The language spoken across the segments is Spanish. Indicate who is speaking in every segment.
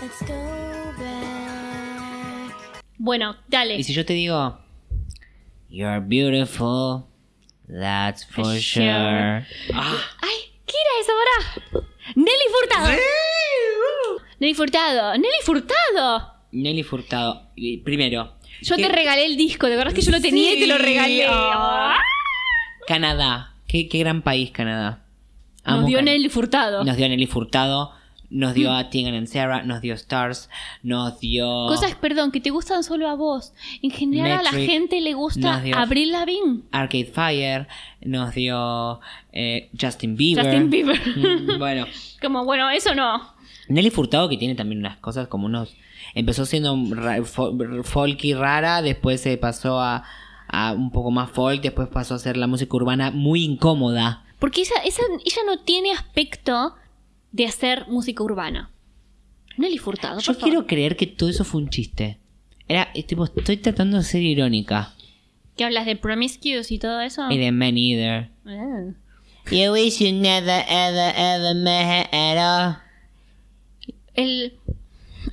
Speaker 1: Let's go back.
Speaker 2: Bueno, dale.
Speaker 3: Y si yo te digo, You're beautiful, that's for
Speaker 2: For
Speaker 3: sure. Ah,
Speaker 2: sure. Ay, ¿qué era eso ahora? Nelly Furtado. Nelly Furtado. Nelly Furtado.
Speaker 3: Nelly Furtado, y primero.
Speaker 2: Yo
Speaker 3: ¿qué-
Speaker 2: te regalé el disco, ¿te acordás que yo lo tenía y te lo
Speaker 3: Sí,
Speaker 2: regalé?
Speaker 3: ah. Canadá. Qué, qué gran país, Canadá. Amo
Speaker 2: Nos dio
Speaker 3: Canadá.
Speaker 2: Nelly Mm. Furtado.
Speaker 3: Nos dio Nelly Furtado. Nos dio a Tegan and Sarah. Nos dio Stars. Nos dio.
Speaker 2: Cosas, perdón, que te gustan solo a vos. En general a la
Speaker 3: Metric.
Speaker 2: gente le gusta
Speaker 3: Nos dio-
Speaker 2: Abril Lavigne.
Speaker 3: Arcade Fire. Nos dio. eh, Justin Bieber.
Speaker 2: Justin Bieber.
Speaker 3: Mm, bueno.
Speaker 2: Como, bueno, eso no.
Speaker 3: Nelly Furtado que tiene también unas cosas como unos... Empezó siendo un ra- fo- folky rara, después se pasó a, a un poco más folk, después pasó a hacer la música urbana muy incómoda.
Speaker 2: Porque esa, esa, ella no tiene aspecto de hacer música urbana. Nelly Furtado.
Speaker 3: Yo
Speaker 2: por favor.
Speaker 3: quiero creer que todo eso fue un chiste. Era, eh, tipo, estoy tratando de ser irónica.
Speaker 2: ¿Qué hablas de Promiscuous y todo eso?
Speaker 3: Y de Man Either.
Speaker 2: Ah.
Speaker 3: You wish you never, ever, ever met her at all.
Speaker 2: El,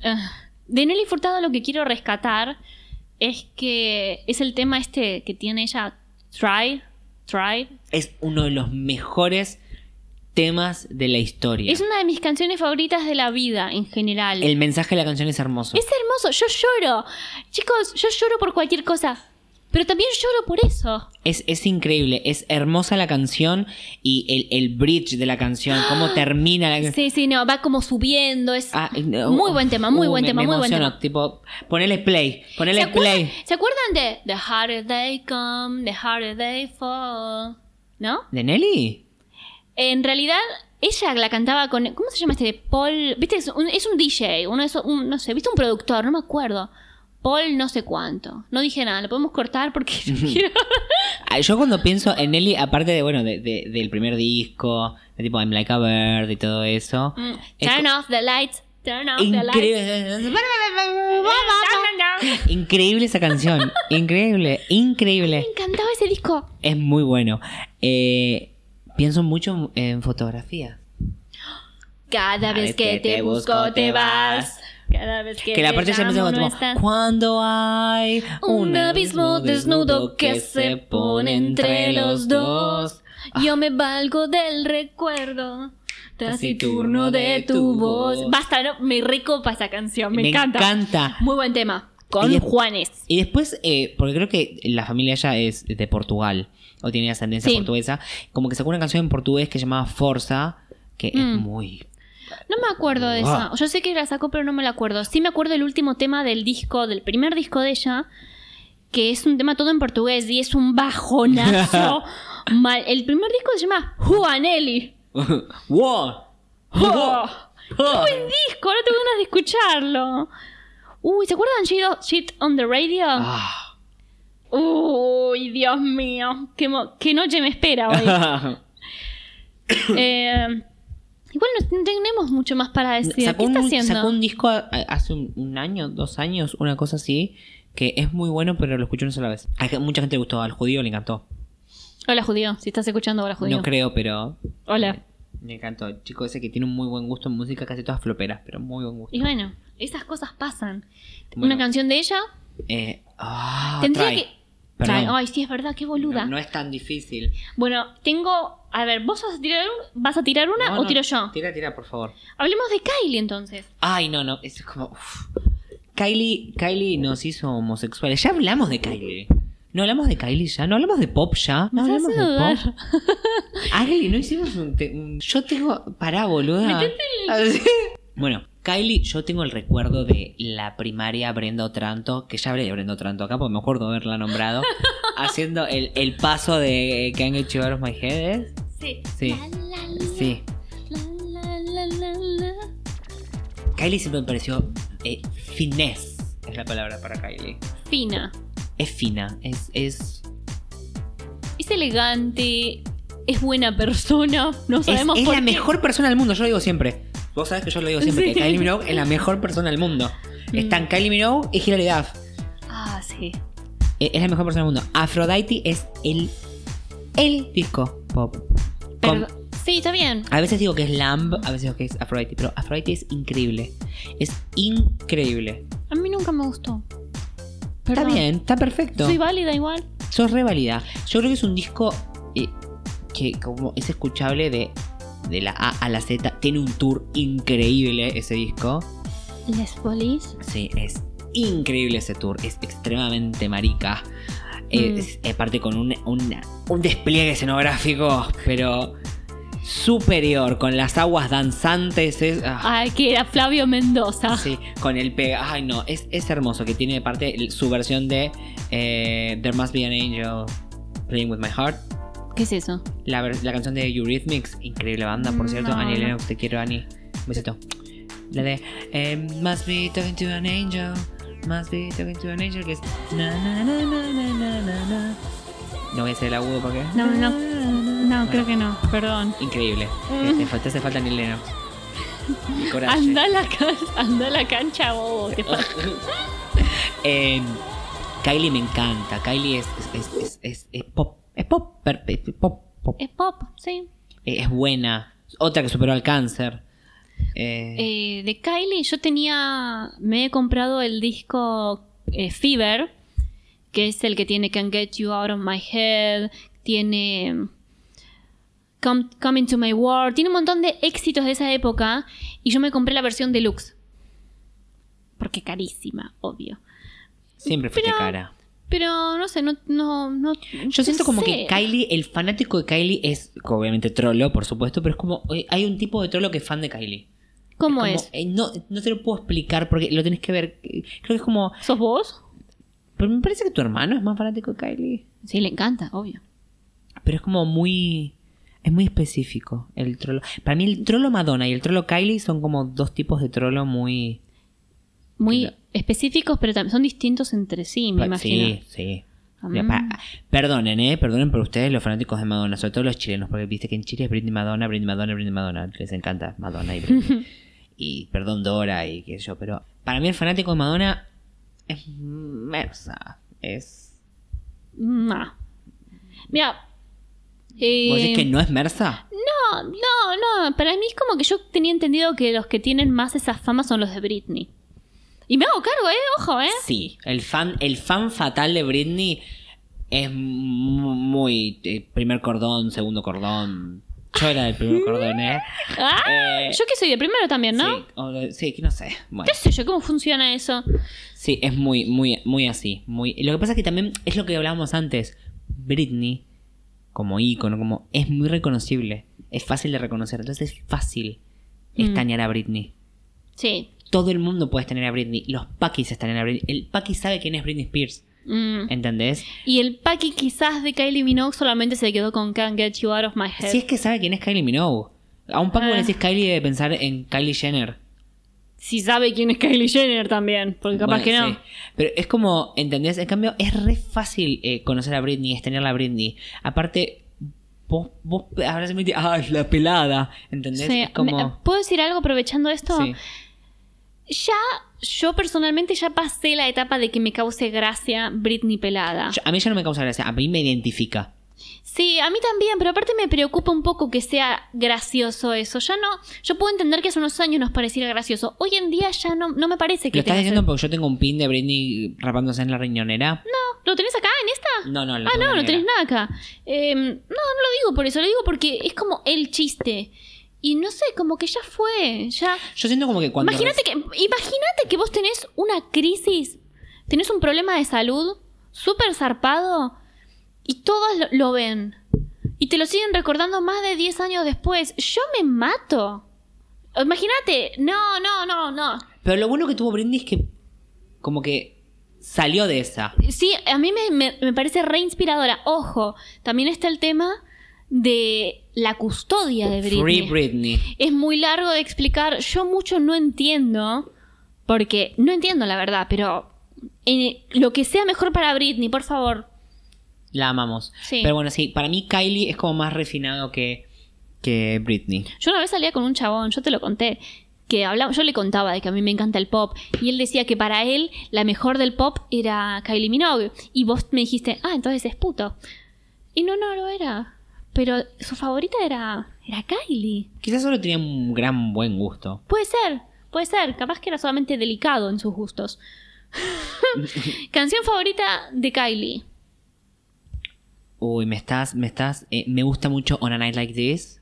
Speaker 2: ah, de Nelly Furtado lo que quiero rescatar es que es el tema este que tiene ella, Try, Try.
Speaker 3: Es uno de los mejores temas de la historia.
Speaker 2: Es una de mis canciones favoritas de la vida en general.
Speaker 3: El mensaje de la canción es hermoso.
Speaker 2: Es hermoso, yo lloro. Chicos, yo lloro por cualquier cosa, pero también lloro por eso.
Speaker 3: Es, es increíble, es hermosa la canción y el, el bridge de la canción, cómo termina la canción. Ah, eh,
Speaker 2: Sí,
Speaker 3: oh,
Speaker 2: sí, no, va como subiendo, es muy
Speaker 3: Muy
Speaker 2: buen tema,
Speaker 3: uh,
Speaker 2: muy buen tema, muy buen tema.
Speaker 3: Tipo, ponele play,
Speaker 2: ¿Se
Speaker 3: ponele
Speaker 2: acuerdan,
Speaker 3: play.
Speaker 2: ¿Se acuerdan de The Harder They Come, The Harder They Fall? ¿No?
Speaker 3: ¿De Nelly?
Speaker 2: En realidad, ella la cantaba con. ¿Cómo se llama este? Paul. ¿Viste? Es un, es un DJ, uno es un, no sé, ¿viste? Un productor, no me acuerdo. Paul no sé cuánto. No dije nada, lo podemos cortar porque no quiero.
Speaker 3: Ah, Yo cuando pienso en Nelly, aparte de, bueno, de- de- del primer disco, de tipo I'm Like a Bird y todo eso.
Speaker 2: Mm,
Speaker 3: es
Speaker 2: Turn
Speaker 3: co-
Speaker 2: off the lights, turn off the lights.
Speaker 3: increíble.
Speaker 2: Me
Speaker 3: Increíble esa canción, increíble, increíble.
Speaker 2: encantaba ese disco.
Speaker 3: Es muy bueno. Eh, pienso mucho en, en fotografía.
Speaker 2: Cada vez que te busco, te vas. Cada vez que,
Speaker 3: Que la
Speaker 2: te
Speaker 3: parte ya me
Speaker 2: llamo,
Speaker 3: como
Speaker 2: no
Speaker 3: tipo,
Speaker 2: estás.
Speaker 3: cuando hay
Speaker 2: Un abismo desnudo que se pone entre los dos. Yo me valgo del recuerdo. Taciturno de tu voz. Basta, no, me recopa esa canción, me,
Speaker 3: Me
Speaker 2: encanta.
Speaker 3: encanta.
Speaker 2: Muy buen tema. Con
Speaker 3: Y es-
Speaker 2: Juanes.
Speaker 3: Y después, eh, porque creo que la familia ella es de Portugal, o tiene ascendencia
Speaker 2: Sí.
Speaker 3: portuguesa, como que sacó una canción en portugués que se llamaba Forza, que es
Speaker 2: Mm.
Speaker 3: muy...
Speaker 2: No me acuerdo de
Speaker 3: Ah.
Speaker 2: esa. Yo sé que la sacó, pero no me la acuerdo. Sí me acuerdo del último tema del disco, del primer disco de ella, que es un tema todo en portugués y es un bajonazo. Mal. El primer disco se llama Juanelli.
Speaker 3: ¡Wow!
Speaker 2: ¡Oh!
Speaker 3: ¡Wow!
Speaker 2: buen disco! Ahora tengo ganas de escucharlo. Uy, ¿se acuerdan Shit- Shit on the Radio?
Speaker 3: Ah.
Speaker 2: Uy, Dios mío. Qué, mo- qué noche me espera hoy. Eh, igual no tenemos mucho más para decir.
Speaker 3: sacó,
Speaker 2: ¿Qué está
Speaker 3: un,
Speaker 2: haciendo?
Speaker 3: sacó un disco a- a- hace un, un año, dos años, una cosa así, que es muy bueno, pero lo escuché una sola vez. A mucha gente le gustó, al judío le encantó.
Speaker 2: Hola, judío. Si estás escuchando, hola, judío.
Speaker 3: No creo, pero
Speaker 2: hola.
Speaker 3: me encantó. El chico ese que tiene un muy buen gusto en música, casi todas floperas, pero muy buen gusto.
Speaker 2: Y bueno, esas cosas pasan.
Speaker 3: Bueno.
Speaker 2: Una canción de ella.
Speaker 3: Eh, ah,
Speaker 2: Tendría
Speaker 3: Try.
Speaker 2: que.
Speaker 3: Perdón.
Speaker 2: Ay, Ay, sí, es verdad, qué boluda.
Speaker 3: no, no es tan difícil.
Speaker 2: Bueno, tengo. A ver, ¿vos vas a tirar, un- vas a tirar una
Speaker 3: No,
Speaker 2: o
Speaker 3: no,
Speaker 2: tiro yo?
Speaker 3: Tira, tira, por favor.
Speaker 2: Hablemos de Kylie entonces.
Speaker 3: Ay, no, no, es como... uf. Kylie, Kylie nos hizo homosexuales. Ya hablamos de Kylie. No hablamos de Kylie ya, no hablamos de pop ya. No
Speaker 2: Me estás
Speaker 3: hablamos de
Speaker 2: haciendo
Speaker 3: pop. Ari, no hicimos un, te- un- Yo tengo... Pará, boluda. Así. Bueno, Kylie, yo tengo el recuerdo de la primaria Brenda Otranto, que ya hablé de Brenda Otranto acá, porque me acuerdo haberla nombrado, haciendo el, el paso de que han hecho My Head. ¿es?
Speaker 2: Sí.
Speaker 3: Sí,
Speaker 1: La, la, la,
Speaker 3: sí.
Speaker 1: la, la, la, la, la.
Speaker 3: Kylie siempre me pareció eh, finesse, es la palabra para Kylie.
Speaker 2: Fina.
Speaker 3: Es fina, es... es
Speaker 2: Es elegante. Es buena persona. No
Speaker 3: es,
Speaker 2: sabemos
Speaker 3: es
Speaker 2: por
Speaker 3: la
Speaker 2: qué.
Speaker 3: mejor persona del mundo, yo lo digo siempre. Vos sabés que yo lo digo siempre,
Speaker 2: Sí. Mm.
Speaker 3: que Kylie Minogue es la mejor persona del mundo. Están Kylie Minogue y Hilary Duff.
Speaker 2: Ah, sí.
Speaker 3: Eh, Es la mejor persona del mundo. Aphrodite es el, el disco pop. Con-
Speaker 2: Perdón. Sí, está bien.
Speaker 3: A veces digo que es Lamb, a veces digo que es Aphrodite, pero Aphrodite es increíble. Es increíble.
Speaker 2: A mí nunca me gustó.
Speaker 3: Está
Speaker 2: Perdón.
Speaker 3: bien, está perfecto.
Speaker 2: Soy válida igual.
Speaker 3: Sos reválida. Yo creo que es un disco eh, que como es escuchable de, de la A a la Z. Tiene un tour increíble ese disco.
Speaker 2: Les Police.
Speaker 3: Sí, es increíble ese tour. Es extremadamente marica. Es, eh, Aparte con un, un- un despliegue escenográfico, pero superior. Con las aguas danzantes. Es, ah.
Speaker 2: Ay, que era Flavio Mendoza.
Speaker 3: Sí, con el pega. Ay, no, es, es hermoso que tiene parte el- su versión de eh, There Must Be an Angel Playing with My Heart.
Speaker 2: ¿Qué es eso?
Speaker 3: La, ver- la canción de Eurythmics, increíble banda, por cierto.
Speaker 2: Mm, No,
Speaker 3: Annie
Speaker 2: no.
Speaker 3: Lennox, te quiero, Annie. Un besito. La de eh, Must Be Talking to an Angel. Must Be Talking to an Angel, que es. na, na, na, na, na, na, na, na. No voy a hacer el agudo porque.
Speaker 2: No, no.
Speaker 3: Bueno,
Speaker 2: No, creo Eh. que no, perdón.
Speaker 3: Increíble. Te, falta, hace falta Annie Lennox. Coraje.
Speaker 2: Anda a la, can- anda a la cancha, bobo. te fa-
Speaker 3: Eh, Kylie me encanta. Kylie es, es, es, es- es- es pop. Es pop. per- Es, pop, pop. Eh,
Speaker 2: es pop, sí.
Speaker 3: es buena. Otra que superó al cáncer. Eh,
Speaker 2: Eh, de Kylie, yo tenía. Me he comprado el disco eh, Fever, que es el que tiene Can Get You Out of My Head, tiene. Come, Come Into My World, tiene un montón de éxitos de esa época y yo me compré la versión deluxe. Porque carísima, obvio.
Speaker 3: siempre fuiste
Speaker 2: pero-
Speaker 3: cara.
Speaker 2: Pero no sé, no. no, no
Speaker 3: Yo siento como que
Speaker 2: sé.
Speaker 3: Kylie, el fanático de Kylie es obviamente trolo, por supuesto, pero es como eh, hay un tipo de trolo que es fan de Kylie.
Speaker 2: ¿Cómo
Speaker 3: Como,
Speaker 2: es?
Speaker 3: eh, no, no te lo puedo explicar porque lo tenés que ver. Eh, Creo que es como.
Speaker 2: ¿Sos vos?
Speaker 3: Pero me parece que tu hermano es más fanático de Kylie.
Speaker 2: Sí, le encanta, obvio.
Speaker 3: Pero es como muy. Es muy específico el trolo. Para mí, el trolo Madonna y el trolo Kylie son como dos tipos de trolo muy.
Speaker 2: Muy
Speaker 3: Claro.
Speaker 2: específicos, pero también son distintos entre sí, me imagino.
Speaker 3: Sí, sí.
Speaker 2: Ah.
Speaker 3: Mira, pa- Perdonen, ¿eh? Perdonen por ustedes los fanáticos de Madonna, sobre todo los chilenos, porque viste que en Chile es Britney Madonna, Britney Madonna, Britney Madonna. Les encanta Madonna y Britney. y perdón, Dora y qué sé yo, pero para mí el fanático de Madonna es Mersa. Es.
Speaker 2: No. Mira.
Speaker 3: ¿Vos
Speaker 2: eh,
Speaker 3: decís que no es Mersa?
Speaker 2: no, no, no. Para mí es como que yo tenía entendido que los que tienen más esa fama son los de Britney. Y me hago cargo, ¿eh? Ojo, ¿eh?
Speaker 3: Sí, el fan, el fan fatal de Britney es mu- muy eh, primer cordón, segundo cordón. Yo era del primer cordón, ¿eh?
Speaker 2: Ah,
Speaker 3: Eh,
Speaker 2: yo que soy de primero también, ¿no?
Speaker 3: Sí, o de- sí, que no sé. Bueno,
Speaker 2: ¿Qué sé yo? ¿Cómo funciona eso?
Speaker 3: sí, es muy, muy, muy así. Muy. Lo que pasa es que también es lo que hablábamos antes. Britney, como ícono, como es muy reconocible. Es fácil de reconocer. Entonces es fácil
Speaker 2: Mm.
Speaker 3: estañar a Britney.
Speaker 2: Sí.
Speaker 3: Todo el mundo puede estañar a Britney. Los Paquis estañan a Britney. El Paki sabe quién es Britney Spears.
Speaker 2: Mm.
Speaker 3: ¿Entendés?
Speaker 2: Y el Paki quizás de Kylie Minogue solamente se quedó con Can't Get You Out of My Head.
Speaker 3: Si es que sabe quién es Kylie Minogue. A un Paco
Speaker 2: Ah.
Speaker 3: le decís Kylie debe pensar en Kylie Jenner.
Speaker 2: Si sabe quién es Kylie Jenner también, porque capaz
Speaker 3: Bueno,
Speaker 2: que no.
Speaker 3: sí. Pero es como, ¿entendés? En cambio, es re fácil eh, conocer a Britney, extenerla a Britney. Aparte, vos, vos ahora se me dice, ah, es la pelada. ¿Entendés?
Speaker 2: Sí,
Speaker 3: es como.
Speaker 2: me- ¿Puedo decir algo aprovechando esto?
Speaker 3: sí.
Speaker 2: Ya, yo personalmente ya pasé la etapa de que me cause gracia Britney pelada.
Speaker 3: Yo- a mí ya no me causa gracia, a mí me identifica.
Speaker 2: Sí, a mí también, pero aparte me preocupa un poco que sea gracioso eso. Ya no, yo puedo entender que hace unos años nos pareciera gracioso. Hoy en día ya no, no me parece que
Speaker 3: ¿Lo estás
Speaker 2: tenga
Speaker 3: diciendo
Speaker 2: sentido.
Speaker 3: porque yo tengo un pin de Britney rapándose en la riñonera?
Speaker 2: ¿Lo tenés acá en esta?
Speaker 3: No, no, lo
Speaker 2: ah,
Speaker 3: tengo
Speaker 2: no,
Speaker 3: en
Speaker 2: no
Speaker 3: la
Speaker 2: tenés nada acá. Eh, no, no lo digo por eso, lo digo porque es como el chiste. Y no sé, como que ya fue, ya...
Speaker 3: Yo siento como que cuando.
Speaker 2: Imagínate que, imagínate que vos tenés una crisis, tenés un problema de salud súper zarpado y todos lo, lo ven. Y te lo siguen recordando más de 10 años después. Yo me mato. Imagínate, no, no, no, no.
Speaker 3: Pero lo bueno que tuvo Britney es que. Como que salió de esa.
Speaker 2: Sí, a mí me, me- me parece re inspiradora. Ojo, también está el tema de la custodia de Britney.
Speaker 3: Free Britney.
Speaker 2: es muy largo de explicar. Yo mucho no entiendo, porque no entiendo la verdad, pero eh, lo que sea mejor para Britney, por favor.
Speaker 3: La amamos.
Speaker 2: Sí.
Speaker 3: Pero bueno, sí, para mí Kylie es como más refinado que, que Britney.
Speaker 2: Yo una vez salía con un chabón, yo te lo conté, que hablaba, yo le contaba de que a mí me encanta el pop, y él decía que para él la mejor del pop era Kylie Minogue, y vos me dijiste, ah, entonces es puto. Y no, no lo era. Pero su favorita era, era Kylie.
Speaker 3: Quizás solo tenía un gran buen gusto.
Speaker 2: Puede ser, puede ser. Capaz que era solamente delicado en sus gustos. Canción favorita de Kylie.
Speaker 3: Uy, me estás, me estás. eh, me gusta mucho On a Night Like This.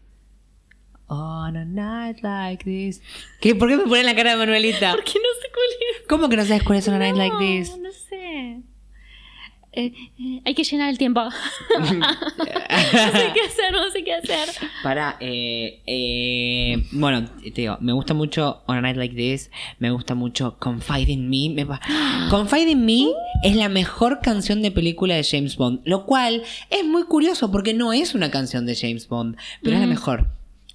Speaker 3: On a Night Like This. ¿Qué? ¿Por qué me ponen la cara de Manuelita?
Speaker 2: Porque no sé cuál es.
Speaker 3: ¿Cómo que no sabes cuál es On a Night Like
Speaker 2: No,
Speaker 3: This?
Speaker 2: No sé. Eh, eh, hay que llenar el tiempo. no sé qué hacer, no sé qué hacer.
Speaker 3: Para, eh, eh, bueno, te digo, me gusta mucho On a Night Like This, me gusta mucho Confide in Me. Me, va- Confide in Me es la mejor canción de película de James Bond, lo cual es muy curioso porque no es una canción de James Bond, pero es la mejor.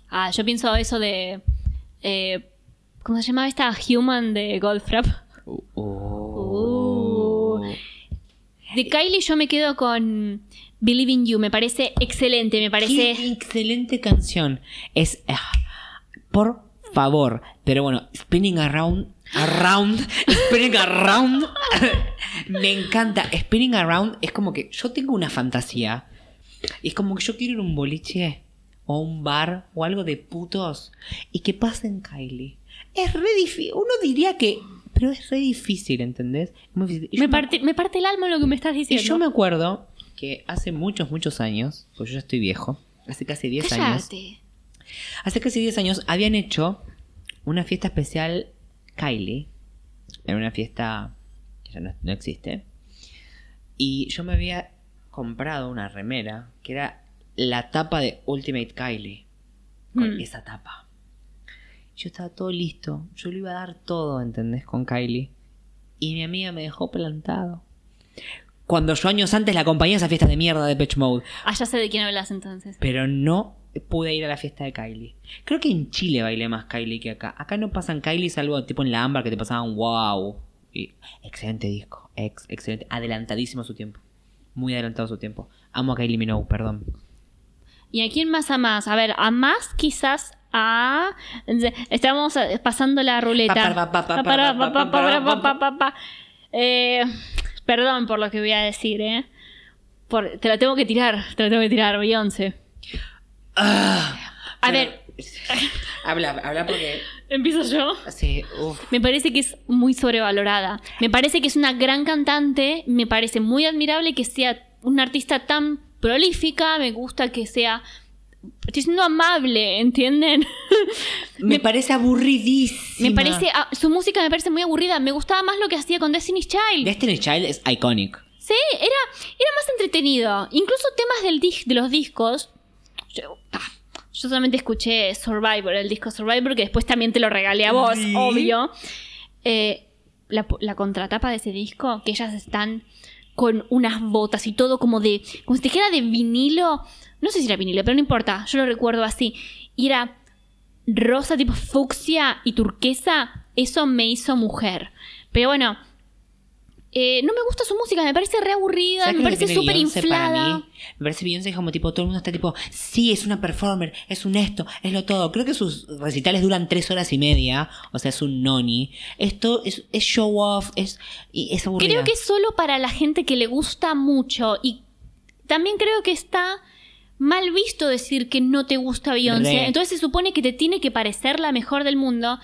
Speaker 2: Ah, yo pienso eso de. eh, ¿Cómo se llamaba esta Human de Goldfrapp?
Speaker 3: Oh.
Speaker 2: Uh.
Speaker 3: Eh,
Speaker 2: De Kylie yo me quedo con Believe in You. Me parece excelente, me
Speaker 3: Qué
Speaker 2: parece.
Speaker 3: excelente canción. Es. ah, por favor. Pero bueno, Spinning Around. Around. Spinning Around. Me encanta. Spinning Around es como que yo tengo una fantasía. Y es como que yo quiero ir a un boliche. O a un bar. O algo de putos. Y que pasen Kylie. Es re difícil. Uno diría que. Pero es re difícil, ¿entendés? Es muy difícil. Y yo
Speaker 2: Me parte, me parte el alma lo que me estás
Speaker 3: y
Speaker 2: diciendo.
Speaker 3: yo me acuerdo que hace muchos, muchos años, pues yo ya estoy viejo, hace casi 10 años,
Speaker 2: Cállate.
Speaker 3: hace casi 10 años habían hecho una fiesta especial Kylie, era una fiesta que ya no, no existe, y yo me había comprado una remera que era la tapa de Ultimate Kylie, con
Speaker 2: Mm.
Speaker 3: esa tapa. Yo estaba todo listo, yo lo iba a dar todo, ¿entendés? Con Kylie. Y mi amiga me dejó plantado. Cuando yo años antes la acompañé a esa fiesta de mierda de Pitch Mode.
Speaker 2: Ah, ya sé de quién hablas entonces.
Speaker 3: Pero no pude ir a la fiesta de Kylie. Creo que en Chile bailé más Kylie que acá. Acá no pasan Kylie, salvo tipo en la ámbar que te pasaban wow. Y- excelente disco. ex- excelente. Adelantadísimo a su tiempo. Muy adelantado a su tiempo. Amo a Kylie Minogue, perdón.
Speaker 2: ¿Y a quién más amas? A ver, a más quizás a. Estamos eh, pasando la ruleta.
Speaker 3: Pa, pa, pa,
Speaker 2: Pa,
Speaker 3: pa, pa,
Speaker 2: pa,
Speaker 3: pa,
Speaker 2: pa, pa,
Speaker 3: pa, pa,
Speaker 2: pa, pa, pa, pa. Eh, Perdón por lo que voy a decir, ¿eh? Por- te la tengo que tirar, te la tengo que tirar, Beyoncé. Ah, A ver,
Speaker 3: Habla, habla porque.
Speaker 2: empiezo yo.
Speaker 3: Sí, uff.
Speaker 2: Me parece que es muy sobrevalorada. Me parece que es una gran cantante. Me parece muy admirable que sea una artista tan prolífica. Me gusta que sea. Estoy siendo amable, ¿entienden?
Speaker 3: Me, parece aburridísima.
Speaker 2: me parece. ah, Su música me parece muy aburrida. Me gustaba más lo que hacía con Destiny's Child.
Speaker 3: Destiny Child es iconic.
Speaker 2: Sí, era, era más entretenido. Incluso temas del dis- de los discos. Yo, ah, yo solamente escuché Survivor, el disco Survivor, que después también te lo regalé a vos,
Speaker 3: Sí.
Speaker 2: obvio. Eh, la, po- la contratapa de ese disco, que ellas están con unas botas y todo como de. como si te queda de vinilo. No sé si era vinilo, pero no importa. Yo lo recuerdo así. Y era rosa tipo fucsia y turquesa. Eso me hizo mujer. Pero bueno. eh, no me gusta su música, me parece re aburrida, me
Speaker 3: ¿Sabes qué es lo que
Speaker 2: parece
Speaker 3: tiene
Speaker 2: súper
Speaker 3: Beyoncé para
Speaker 2: inflada.
Speaker 3: mí? Me parece Beyoncé como tipo, todo el mundo está tipo, sí, es una performer, es un esto, es lo todo. Creo que sus recitales duran tres horas y media, o sea, es un noni. Esto es, es show off, es, y es aburrida.
Speaker 2: Creo que es solo para la gente que le gusta mucho y también creo que está mal visto decir que no te gusta Beyoncé.
Speaker 3: Re.
Speaker 2: Entonces se supone que te tiene que parecer la mejor del mundo.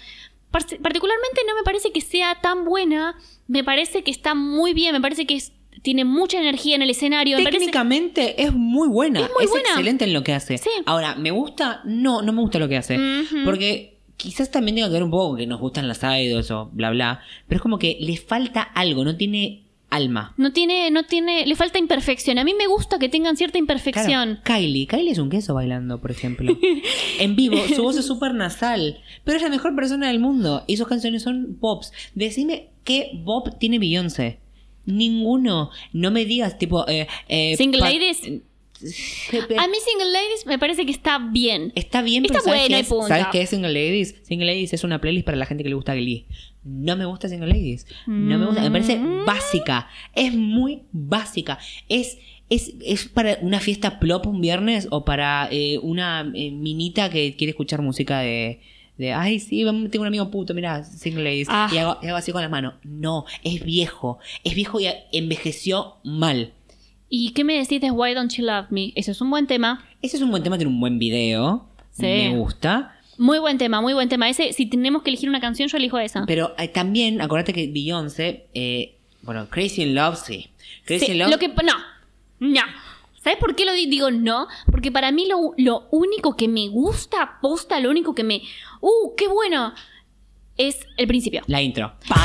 Speaker 2: Par- Particularmente no me parece que sea tan buena, me parece que está muy bien, me parece que es- tiene mucha energía en el escenario. me parece-
Speaker 3: Técnicamente es muy buena, es,
Speaker 2: muy buena.
Speaker 3: excelente en lo que hace.
Speaker 2: Sí.
Speaker 3: Ahora, ¿me gusta? No, no me gusta lo que hace.
Speaker 2: Ujú.
Speaker 3: Porque quizás también tenga que ver un poco con que nos gustan las idols o bla bla, pero es como que le falta algo, no tiene alma.
Speaker 2: No tiene, no tiene, le falta imperfección. A mí me gusta que tengan cierta
Speaker 3: Claro,
Speaker 2: imperfección.
Speaker 3: Kylie, Kylie es un queso bailando, por ejemplo. en vivo, su voz es súper nasal, pero es la mejor persona del mundo y sus canciones son pops. Decime qué bop tiene Beyoncé. Ninguno. No me digas, tipo. Eh, eh,
Speaker 2: Single
Speaker 3: pa-
Speaker 2: Ladies.
Speaker 3: Eh, pe-
Speaker 2: A mí Single Ladies me parece que está bien.
Speaker 3: Está bien, pero
Speaker 2: Está
Speaker 3: ¿sabes,
Speaker 2: buena
Speaker 3: qué
Speaker 2: y
Speaker 3: es,
Speaker 2: punto.
Speaker 3: ¿sabes qué es Single Ladies? Single Ladies es una playlist para la gente que le gusta Glee. No me gusta Single Ladies. No me gusta. Me parece
Speaker 2: Mm.
Speaker 3: básica. Es muy básica. Es, es, es para una fiesta plop un viernes o para eh, una eh, minita que quiere escuchar música de. de, ay, sí, vamos- tengo un amigo puto, mirá, single ladies.
Speaker 2: Ah.
Speaker 3: Y, hago, y hago así con las manos. No, es viejo. Es viejo y envejeció mal.
Speaker 2: ¿Y qué me decís de Why Don't You Love Me? Eso es un buen tema.
Speaker 3: Ese es un buen tema, tiene un buen video.
Speaker 2: Sí.
Speaker 3: Me gusta.
Speaker 2: Muy buen tema, muy buen tema. Ese, si tenemos que elegir una canción, yo elijo esa.
Speaker 3: Pero eh, también, acordate que Beyoncé, eh, bueno, Crazy in Love, sí. Crazy
Speaker 2: Sí,
Speaker 3: in Love.
Speaker 2: Lo que, no, no. ¿Sabes por qué lo di- digo no? Porque para mí lo, lo único que me gusta, posta, lo único que me... ¡Uh, qué bueno! Es el principio.
Speaker 3: La intro. Pa,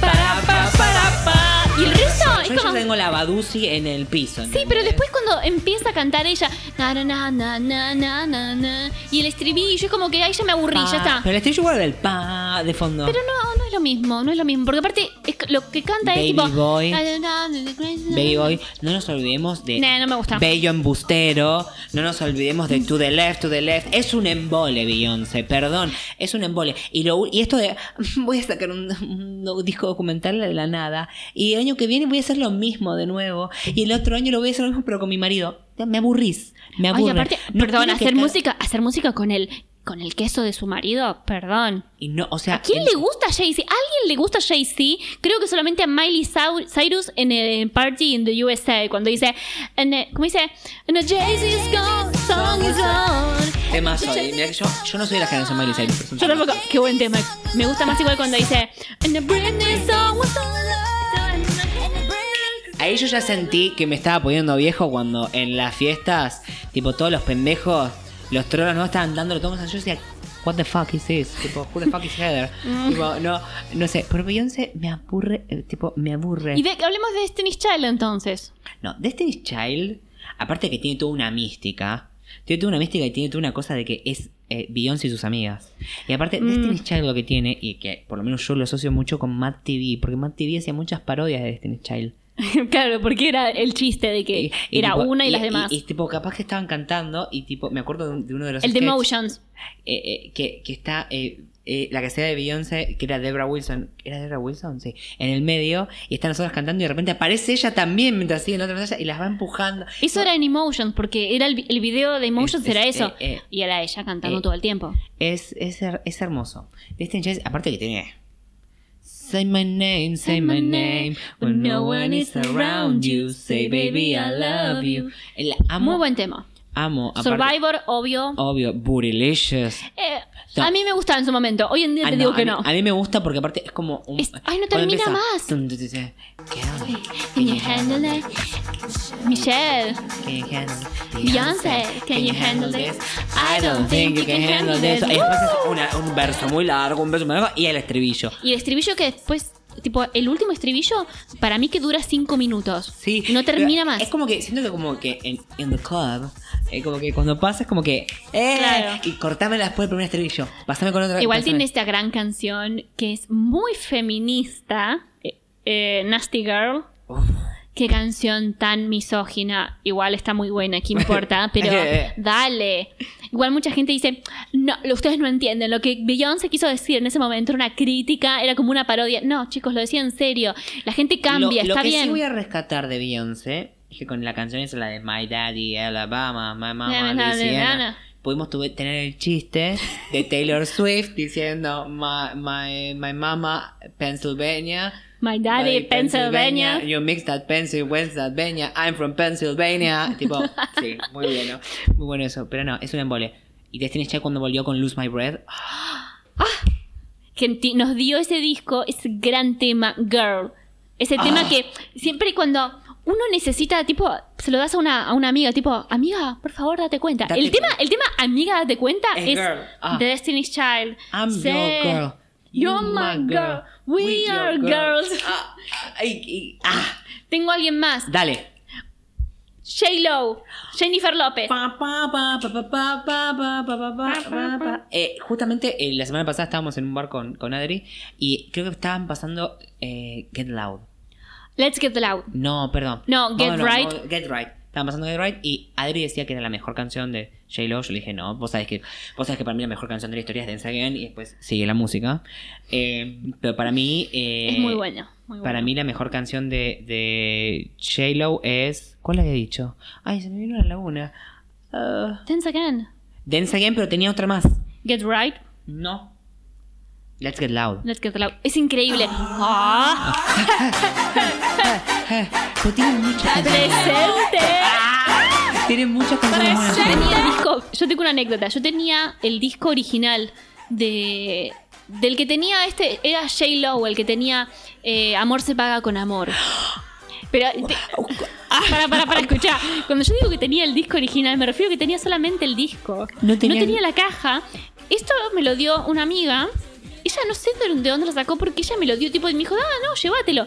Speaker 3: para, pa, para, pa.
Speaker 2: Y el resto
Speaker 3: Yo
Speaker 2: es
Speaker 3: ya
Speaker 2: como...
Speaker 3: tengo la Badusi en el piso.
Speaker 2: Sí,
Speaker 3: ¿entendés?
Speaker 2: pero después cuando empieza a cantar ella... Na, na, na, na, na, na, na, na, y el estribillo es como que ahí ya me aburrí,
Speaker 3: Pa.
Speaker 2: ya está.
Speaker 3: Pero el estribillo guarda el pa de fondo.
Speaker 2: Pero no, no es lo mismo, no es lo mismo. Porque aparte es que lo que canta
Speaker 3: Baby
Speaker 2: es tipo...
Speaker 3: Boy.
Speaker 2: Na, na, na, na, na,
Speaker 3: Baby Boy, no nos olvidemos de
Speaker 2: Nah, no me gusta.
Speaker 3: Bello Embustero, no nos olvidemos de To the Left, To the Left. Es un embole, Beyoncé, perdón, es un embole. Y, lo, u- y esto de, voy a sacar un, un do- disco documental de la nada, y el año que viene voy a hacer lo mismo de nuevo, y el otro año lo voy a hacer lo mismo, pero con mi marido. Me aburrís, me
Speaker 2: Ay,
Speaker 3: aburre.
Speaker 2: aparte,
Speaker 3: No
Speaker 2: perdón,
Speaker 3: quiero que
Speaker 2: hacer
Speaker 3: ca-
Speaker 2: música, hacer música con el, con el queso de su marido, perdón.
Speaker 3: Y no, o sea,
Speaker 2: ¿A quién
Speaker 3: el-
Speaker 2: le gusta Jay-Z? ¿A alguien le gusta Jay-Z? Creo que solamente a Miley Sau- Cyrus en el en Party in the USA, cuando dice, and, eh, ¿cómo dice? And the Jay-Z's gone, song is on.
Speaker 3: Temazo, y mira que yo, yo no soy de la generación Miley Cyrus. pero es un
Speaker 2: Yo
Speaker 3: temazo.
Speaker 2: tampoco, qué buen tema. Me gusta más igual cuando dice, and the Britney song was on.
Speaker 3: Ahí yo ya sentí que me estaba poniendo viejo cuando en las fiestas, tipo todos los pendejos, los trolos no estaban dándolo todos los yo decía, what the fuck is this? Tipo, who the fuck is Heather? tipo, no, no sé, pero Beyoncé me aburre, eh, tipo, me aburre.
Speaker 2: Y de, hablemos de Destiny's Child entonces.
Speaker 3: No, Destiny's Child, aparte que tiene toda una mística, tiene toda una mística y tiene toda una cosa de que es eh, Beyoncé y sus amigas. Y aparte, Destiny's Child lo que tiene, y que por lo menos yo lo asocio mucho con Matt TV, porque Matt TV hacía muchas parodias de Destiny's Child.
Speaker 2: claro, porque era el chiste de que era
Speaker 3: tipo,
Speaker 2: una y, las demás.
Speaker 3: Y, tipo, capaz que estaban cantando y tipo, me acuerdo de, un- de uno de los...
Speaker 2: el de
Speaker 3: sketch,
Speaker 2: Motions.
Speaker 3: eh, eh, que, que está... eh, eh, la que hacía de Beyoncé, que era Debra Wilson, ¿era Debra Wilson? Sí, en el medio, y están nosotros cantando, y de repente aparece ella también mientras sigue en la otra pantalla y las va empujando.
Speaker 2: Eso era en Emotions, porque era el, vi- el video de Emotions,
Speaker 3: Es-
Speaker 2: era
Speaker 3: es-
Speaker 2: eso.
Speaker 3: eh, eh.
Speaker 2: y era ella cantando
Speaker 3: Eh.
Speaker 2: todo el tiempo.
Speaker 3: Es, es, her- es hermoso. Destiny's Child, aparte que tiene. Say my name, say my name. When no one is around you, say baby I love you. Eh, La amo,
Speaker 2: Muy buen tema.
Speaker 3: amo. aparte-
Speaker 2: Survivor, obvio.
Speaker 3: Obvio, bootylicious.
Speaker 2: Eh,
Speaker 3: No.
Speaker 2: A mí me gustaba en su momento. Hoy en día
Speaker 3: Ah,
Speaker 2: te digo
Speaker 3: a
Speaker 2: que
Speaker 3: mí-
Speaker 2: no.
Speaker 3: A mí me gusta porque aparte es como un-
Speaker 2: Es- ay, no
Speaker 3: cuando
Speaker 2: termina
Speaker 3: empieza,
Speaker 2: más.
Speaker 3: tun, tun, tun, tun, ¿Qué onda?
Speaker 2: Can you handle it? Michelle,
Speaker 3: Can you handle
Speaker 2: Beyoncé, can you handle this? I don't think you can handle this.
Speaker 3: Y después es una- un verso muy largo, un verso muy largo y el estribillo.
Speaker 2: y el estribillo que después, tipo, el último estribillo, para mí que dura cinco minutos.
Speaker 3: Sí.
Speaker 2: No termina
Speaker 3: pero
Speaker 2: más.
Speaker 3: Es como que, siento que como que en in the club, eh, como que cuando pasa es como que, eh,
Speaker 2: Claro.
Speaker 3: y cortámela después del primer estribillo. Pasame con otra.
Speaker 2: Igual
Speaker 3: pásame.
Speaker 2: tiene esta gran canción que es muy feminista, eh, eh, Nasty Girl.
Speaker 3: Uf.
Speaker 2: Qué canción tan misógina. Igual está muy buena, qué importa, pero
Speaker 3: Eh.
Speaker 2: dale. Igual mucha gente dice, no, lo- ustedes no entienden. Lo que Beyoncé quiso decir en ese momento era una crítica, era como una parodia. No, chicos, lo decía en serio. La gente cambia,
Speaker 3: lo, lo
Speaker 2: está
Speaker 3: que
Speaker 2: bien.
Speaker 3: sí voy a rescatar de Beyoncé es que con la canción es la de My Daddy Alabama, My Mama
Speaker 2: Dame la de
Speaker 3: Louisiana.
Speaker 2: Lana.
Speaker 3: Pudimos tuve- tener el chiste de Taylor Swift diciendo My, my, my Mama Pennsylvania.
Speaker 2: My daddy,
Speaker 3: my
Speaker 2: Pennsylvania.
Speaker 3: You mix that pencil with that Pennsylvania. I'm from Pennsylvania. tipo, sí, muy bueno. Muy bueno eso. Pero no, es un embole. Y Destiny's Child cuando volvió con Lose My Breath.
Speaker 2: que ti- nos dio ese disco, ese gran tema, Girl. Ese tema que siempre cuando uno necesita, tipo, se lo das a una, a una amiga, tipo, amiga, por favor, date cuenta.
Speaker 3: Date
Speaker 2: el tema,
Speaker 3: cuenta.
Speaker 2: el tema amiga, date cuenta,
Speaker 3: Es
Speaker 2: es
Speaker 3: Girl. Ah.
Speaker 2: The Destiny's Child.
Speaker 3: I'm
Speaker 2: Say,
Speaker 3: your girl. Oh
Speaker 2: You're my girl. We
Speaker 3: your
Speaker 2: are
Speaker 3: girl.
Speaker 2: girls.
Speaker 3: Ah, ah, ay, ay, ah.
Speaker 2: Tengo a alguien más.
Speaker 3: Dale.
Speaker 2: J-Lo. Jennifer López.
Speaker 3: Pa, pa, pa, pa, pa, pa, pa, pa, pa, pa, pa, pa, pa. Eh, justamente eh, la semana pasada estábamos en un bar con, con Adri y creo que estaban pasando eh, Get Loud.
Speaker 2: Let's Get Loud.
Speaker 3: No, perdón.
Speaker 2: No, Get Right.
Speaker 3: no, get Right. Estaban pasando Get Right y Adri decía que era la mejor canción de J-Lo. Yo le dije, no, vos sabés que, vos sabés que para mí la mejor canción de la historia es Dance Again y después sigue la música. Eh, pero para mí. eh,
Speaker 2: es muy bueno. muy bueno.
Speaker 3: Para mí la mejor canción de, de J-Lo es... ¿Cuál había dicho? Ay, se me vino a la laguna. Ah.
Speaker 2: Dance Again.
Speaker 3: Dance Again, pero tenía otra más.
Speaker 2: Get Right.
Speaker 3: No. Let's Get Loud.
Speaker 2: Ah, Let's Get Loud. Es increíble. Ah.
Speaker 3: Eh, Pero tienen muchas canciones.
Speaker 2: ¡Presente!
Speaker 3: Tienen muchas canciones buenas.
Speaker 2: Yo tenía el disco- yo tengo una anécdota. Yo tenía el disco original de. Del que tenía este. Era J. Lowe, el que tenía eh, Amor se paga con amor. Pero. te- para, para, para, escuchá. Cuando yo digo que tenía el disco original, me refiero a que tenía solamente el disco.
Speaker 3: No tenía-
Speaker 2: la caja. Esto me lo dio una amiga. Ella no sé de dónde- de dónde lo sacó porque ella me lo dio tipo y me dijo, ah, no, llévatelo.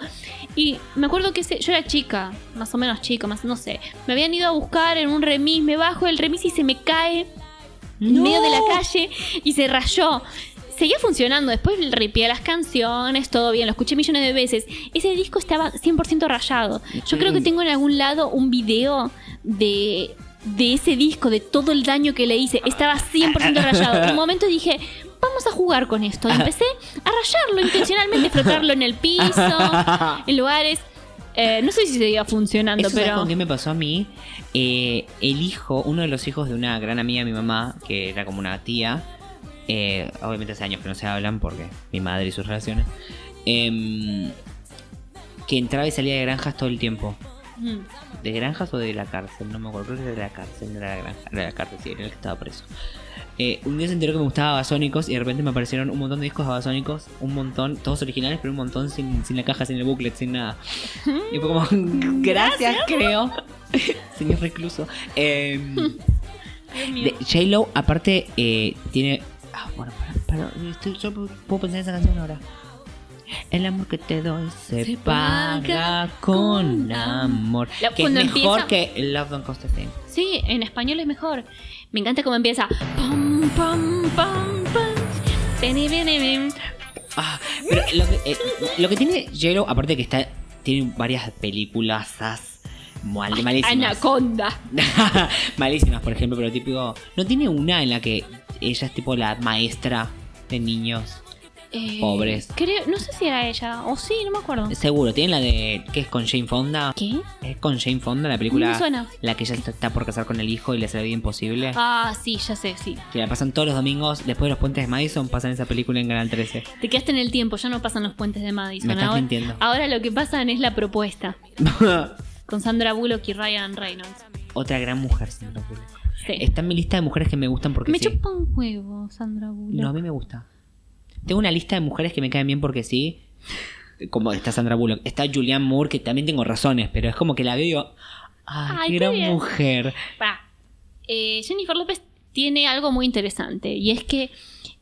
Speaker 2: Y me acuerdo que ese- yo era chica, más o menos chica, más no sé. Me habían ido a buscar en un remis, me bajo del remis y se me cae en medio de la calle y se rayó. Seguía funcionando, después ripié las canciones, todo bien, lo escuché millones de veces. Ese disco estaba 100% rayado. Yo creo que tengo en algún lado un video de, de ese disco, de todo el daño que le hice. Estaba 100% rayado. En un momento dije, vamos a jugar con esto. Y empecé a rayarlo intencionalmente, frotarlo en el piso, en lugares. Eh, no sé si seguía funcionando,
Speaker 3: Eso, ¿sabes
Speaker 2: pero...
Speaker 3: con qué me pasó a mí? Eh, el hijo, uno de los hijos de una gran amiga de mi mamá, que era como una tía, eh, obviamente hace años que no se hablan porque mi madre y sus relaciones, em, que entraba y salía de granjas todo el tiempo.
Speaker 2: Mm.
Speaker 3: ¿De granjas o de la cárcel? No me acuerdo, creo que era de la cárcel, no era de la granja, era de la cárcel, sí, era el que estaba preso. Eh, un día se enteró que me gustaba Babasónicos y de repente me aparecieron un montón de discos de Babasónicos, un montón, todos originales, pero un montón sin, sin la caja, sin el booklet, sin nada. Y fue como, gracias, creo. Señor recluso. Eh, de- J-Lo, aparte, eh, tiene. Ah, bueno, para, para, estoy- yo puedo pensar en esa canción ahora. El amor que te doy se,
Speaker 2: Se
Speaker 3: paga,
Speaker 2: paga
Speaker 3: con
Speaker 2: con
Speaker 3: amor.
Speaker 2: La-
Speaker 3: que es
Speaker 2: cuando
Speaker 3: mejor
Speaker 2: empieza-
Speaker 3: que Love Don't Cost a Thing.
Speaker 2: Sí, en español es mejor. Me encanta cómo empieza. Pam, pam, pam, pam. Vení, vení, vení.
Speaker 3: Ah, pero lo que, eh, lo que tiene J-Lo, aparte que está, tiene varias películas mal, malísimas.
Speaker 2: Anaconda.
Speaker 3: Malísimas, por ejemplo, pero tipo. No tiene una en la que ella es tipo la maestra de niños.
Speaker 2: Eh,
Speaker 3: Pobres.
Speaker 2: creo- no sé si era ella. O sí, no me acuerdo.
Speaker 3: Seguro, tiene la de. que es con Jane Fonda?
Speaker 2: ¿Qué?
Speaker 3: Es eh, con Jane Fonda la película.
Speaker 2: Mm, Me suena.
Speaker 3: La que ella está- está por casar con el hijo y le hace la vida imposible.
Speaker 2: Ah, sí, ya sé, sí.
Speaker 3: Que la pasan todos los domingos después de los puentes de Madison, pasan esa película en Canal 13.
Speaker 2: Te quedaste en el tiempo, ya no pasan los puentes de Madison.
Speaker 3: Me estás
Speaker 2: ahora,
Speaker 3: mintiendo.
Speaker 2: ahora lo que pasan es la propuesta. Con Sandra Bullock y Ryan Reynolds.
Speaker 3: Otra gran mujer, Sandra Bullock.
Speaker 2: Sí.
Speaker 3: Está en mi lista de mujeres que me gustan porque
Speaker 2: Me
Speaker 3: sí.
Speaker 2: chupa un huevo, Sandra Bullock.
Speaker 3: No, a mí me gusta. Tengo una lista de mujeres que me caen bien porque sí. Como está Sandra Bullock. Está Julianne Moore, que también tengo razones, pero es como que la veo y digo. Ay,
Speaker 2: Ay,
Speaker 3: qué
Speaker 2: qué
Speaker 3: gran
Speaker 2: bien.
Speaker 3: mujer.
Speaker 2: Pará. Eh, Jennifer López tiene algo muy interesante y es que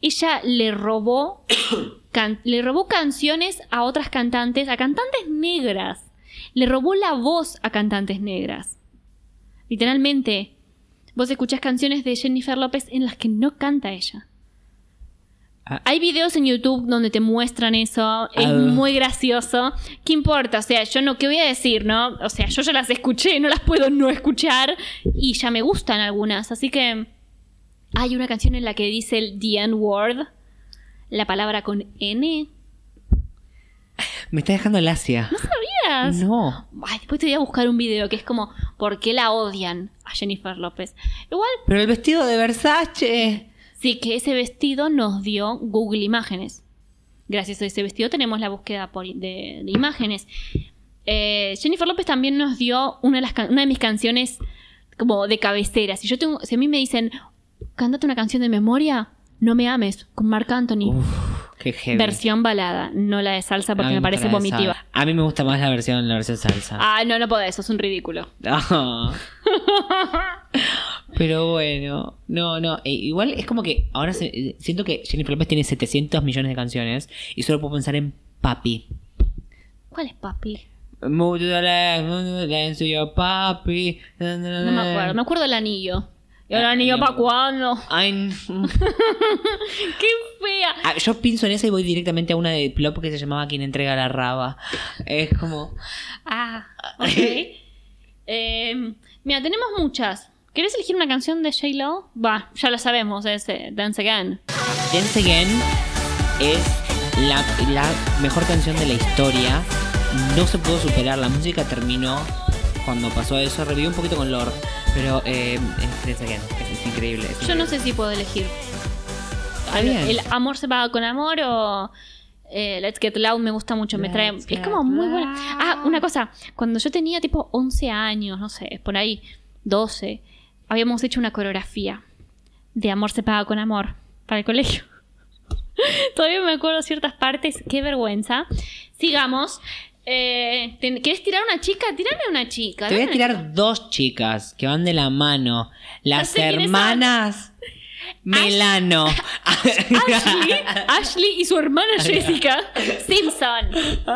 Speaker 2: ella le robó can- le robó canciones a otras cantantes, a cantantes negras. Le robó la voz a cantantes negras. Literalmente, vos escuchás canciones de Jennifer López en las que no canta ella.
Speaker 3: Ah.
Speaker 2: Hay videos en YouTube donde te muestran eso, es
Speaker 3: Ah.
Speaker 2: muy gracioso. ¿Qué importa? O sea, yo no, ¿qué voy a decir, no? O sea, yo ya las escuché, no las puedo no escuchar y ya me gustan algunas. Así que hay una canción en la que dice el The N-Word, la palabra con N.
Speaker 3: Me está dejando el Asia.
Speaker 2: ¿Sabías?
Speaker 3: No.
Speaker 2: Ay, después te voy a buscar un video que es como ¿Por qué la odian a Jennifer López? Igual,
Speaker 3: Pero el vestido de Versace.
Speaker 2: sí que ese vestido nos dio Google Imágenes. Gracias a ese vestido tenemos la búsqueda por- de, de imágenes. Eh, Jennifer López también nos dio una de, las can- una de mis canciones como de cabecera. Si, yo tengo, si a mí me dicen, cántate una canción de memoria, No me ames, con Marc Anthony.
Speaker 3: Uf, qué heavy.
Speaker 2: versión balada, no la de salsa
Speaker 3: A
Speaker 2: porque
Speaker 3: mí
Speaker 2: me parece
Speaker 3: gusta la de
Speaker 2: vomitiva.
Speaker 3: sal- A mí me gusta más la versión, la versión salsa.
Speaker 2: Ah, no, no podés, sos un ridículo.
Speaker 3: Ah. Pero bueno, no, no. eh, igual es como que ahora se- eh, siento que Jennifer López tiene 700 millones de canciones y solo puedo pensar en Papi.
Speaker 2: ¿Cuál es papi?
Speaker 3: Move to the left, move to the left, soy yo, papi.
Speaker 2: No me acuerdo, me acuerdo del anillo. ¿Y el
Speaker 3: Ah,
Speaker 2: anillo
Speaker 3: Eh. anillo.
Speaker 2: para cuándo?
Speaker 3: Ay, mm.
Speaker 2: ¡Qué fea!
Speaker 3: Ah, yo pienso en esa y voy directamente a una de Plop que se llamaba Quien entrega la raba. Es como.
Speaker 2: Ah, ok. Eh, mira, tenemos muchas. ¿Querés elegir una canción de J-Lo? Va, ya la sabemos, es eh, Dance Again.
Speaker 3: Dance Again es la, la mejor canción de la historia. No se pudo superar, la música terminó cuando pasó eso. Reviví un poquito con Lord, pero eh, es Dance Again es, es increíble. es
Speaker 2: Yo no
Speaker 3: increíble.
Speaker 2: sé si puedo elegir.
Speaker 3: Está
Speaker 2: ¿El,
Speaker 3: bien.
Speaker 2: el amor se paga con amor o eh, Let's Get Loud me gusta mucho, me trae.
Speaker 3: Let's
Speaker 2: Es
Speaker 3: Get
Speaker 2: como muy buena.
Speaker 3: Loud.
Speaker 2: Ah, una cosa, cuando yo tenía tipo 11 años, no sé, por ahí, 12, habíamos hecho una coreografía de Amor se paga con amor para el colegio. Todavía me acuerdo ciertas partes, qué vergüenza. Sigamos. Eh, ten- ¿Querés tirar una chica? Tírame una chica.
Speaker 3: Te voy a
Speaker 2: dame una chica.
Speaker 3: tirar dos chicas que van de la mano. Las
Speaker 2: sé quiénes son.
Speaker 3: hermanas Melano.
Speaker 2: Ashley, Ashley y su hermana Jessica Simpson.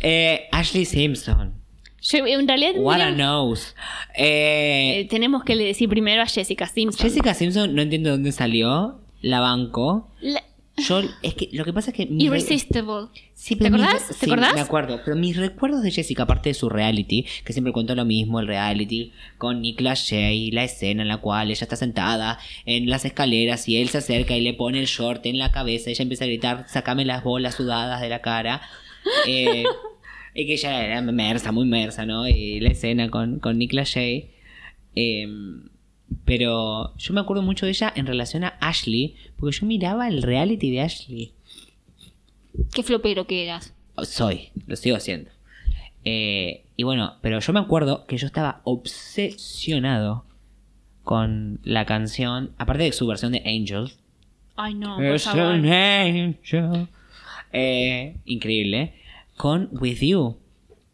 Speaker 3: Eh, Ashley Simpson.
Speaker 2: Yo, en realidad
Speaker 3: What a
Speaker 2: mira,
Speaker 3: nose. Eh,
Speaker 2: eh, tenemos que le decir primero a Jessica Simpson.
Speaker 3: Jessica Simpson, no entiendo dónde salió. La banco.
Speaker 2: La-
Speaker 3: Yo, es que lo que pasa es que. mi re-
Speaker 2: Irresistible.
Speaker 3: Sí,
Speaker 2: ¿Te
Speaker 3: pero mis
Speaker 2: acordás?
Speaker 3: re-
Speaker 2: ¿Te
Speaker 3: sí,
Speaker 2: acordás?
Speaker 3: Me acuerdo. Pero mis recuerdos de Jessica, aparte de su reality, que siempre contó lo mismo, el reality, con Nick Lachey, la escena en la cual ella está sentada en las escaleras y él se acerca y le pone el short en la cabeza. Ella empieza a gritar: sacame las bolas sudadas de la cara. Eh, y que ella era mersa, muy mersa, ¿no? Y la escena con, con Nick Lachey. Em, pero yo me acuerdo mucho de ella en relación a Ashley, porque yo miraba el reality de Ashley.
Speaker 2: Qué flopero que eras.
Speaker 3: Soy, lo sigo haciendo. Eh, y bueno, pero yo me acuerdo que yo estaba obsesionado con la canción, aparte de su versión de Angels.
Speaker 2: Ay, no, por
Speaker 3: Es
Speaker 2: favor.
Speaker 3: an angel. Eh, increíble. Con With You.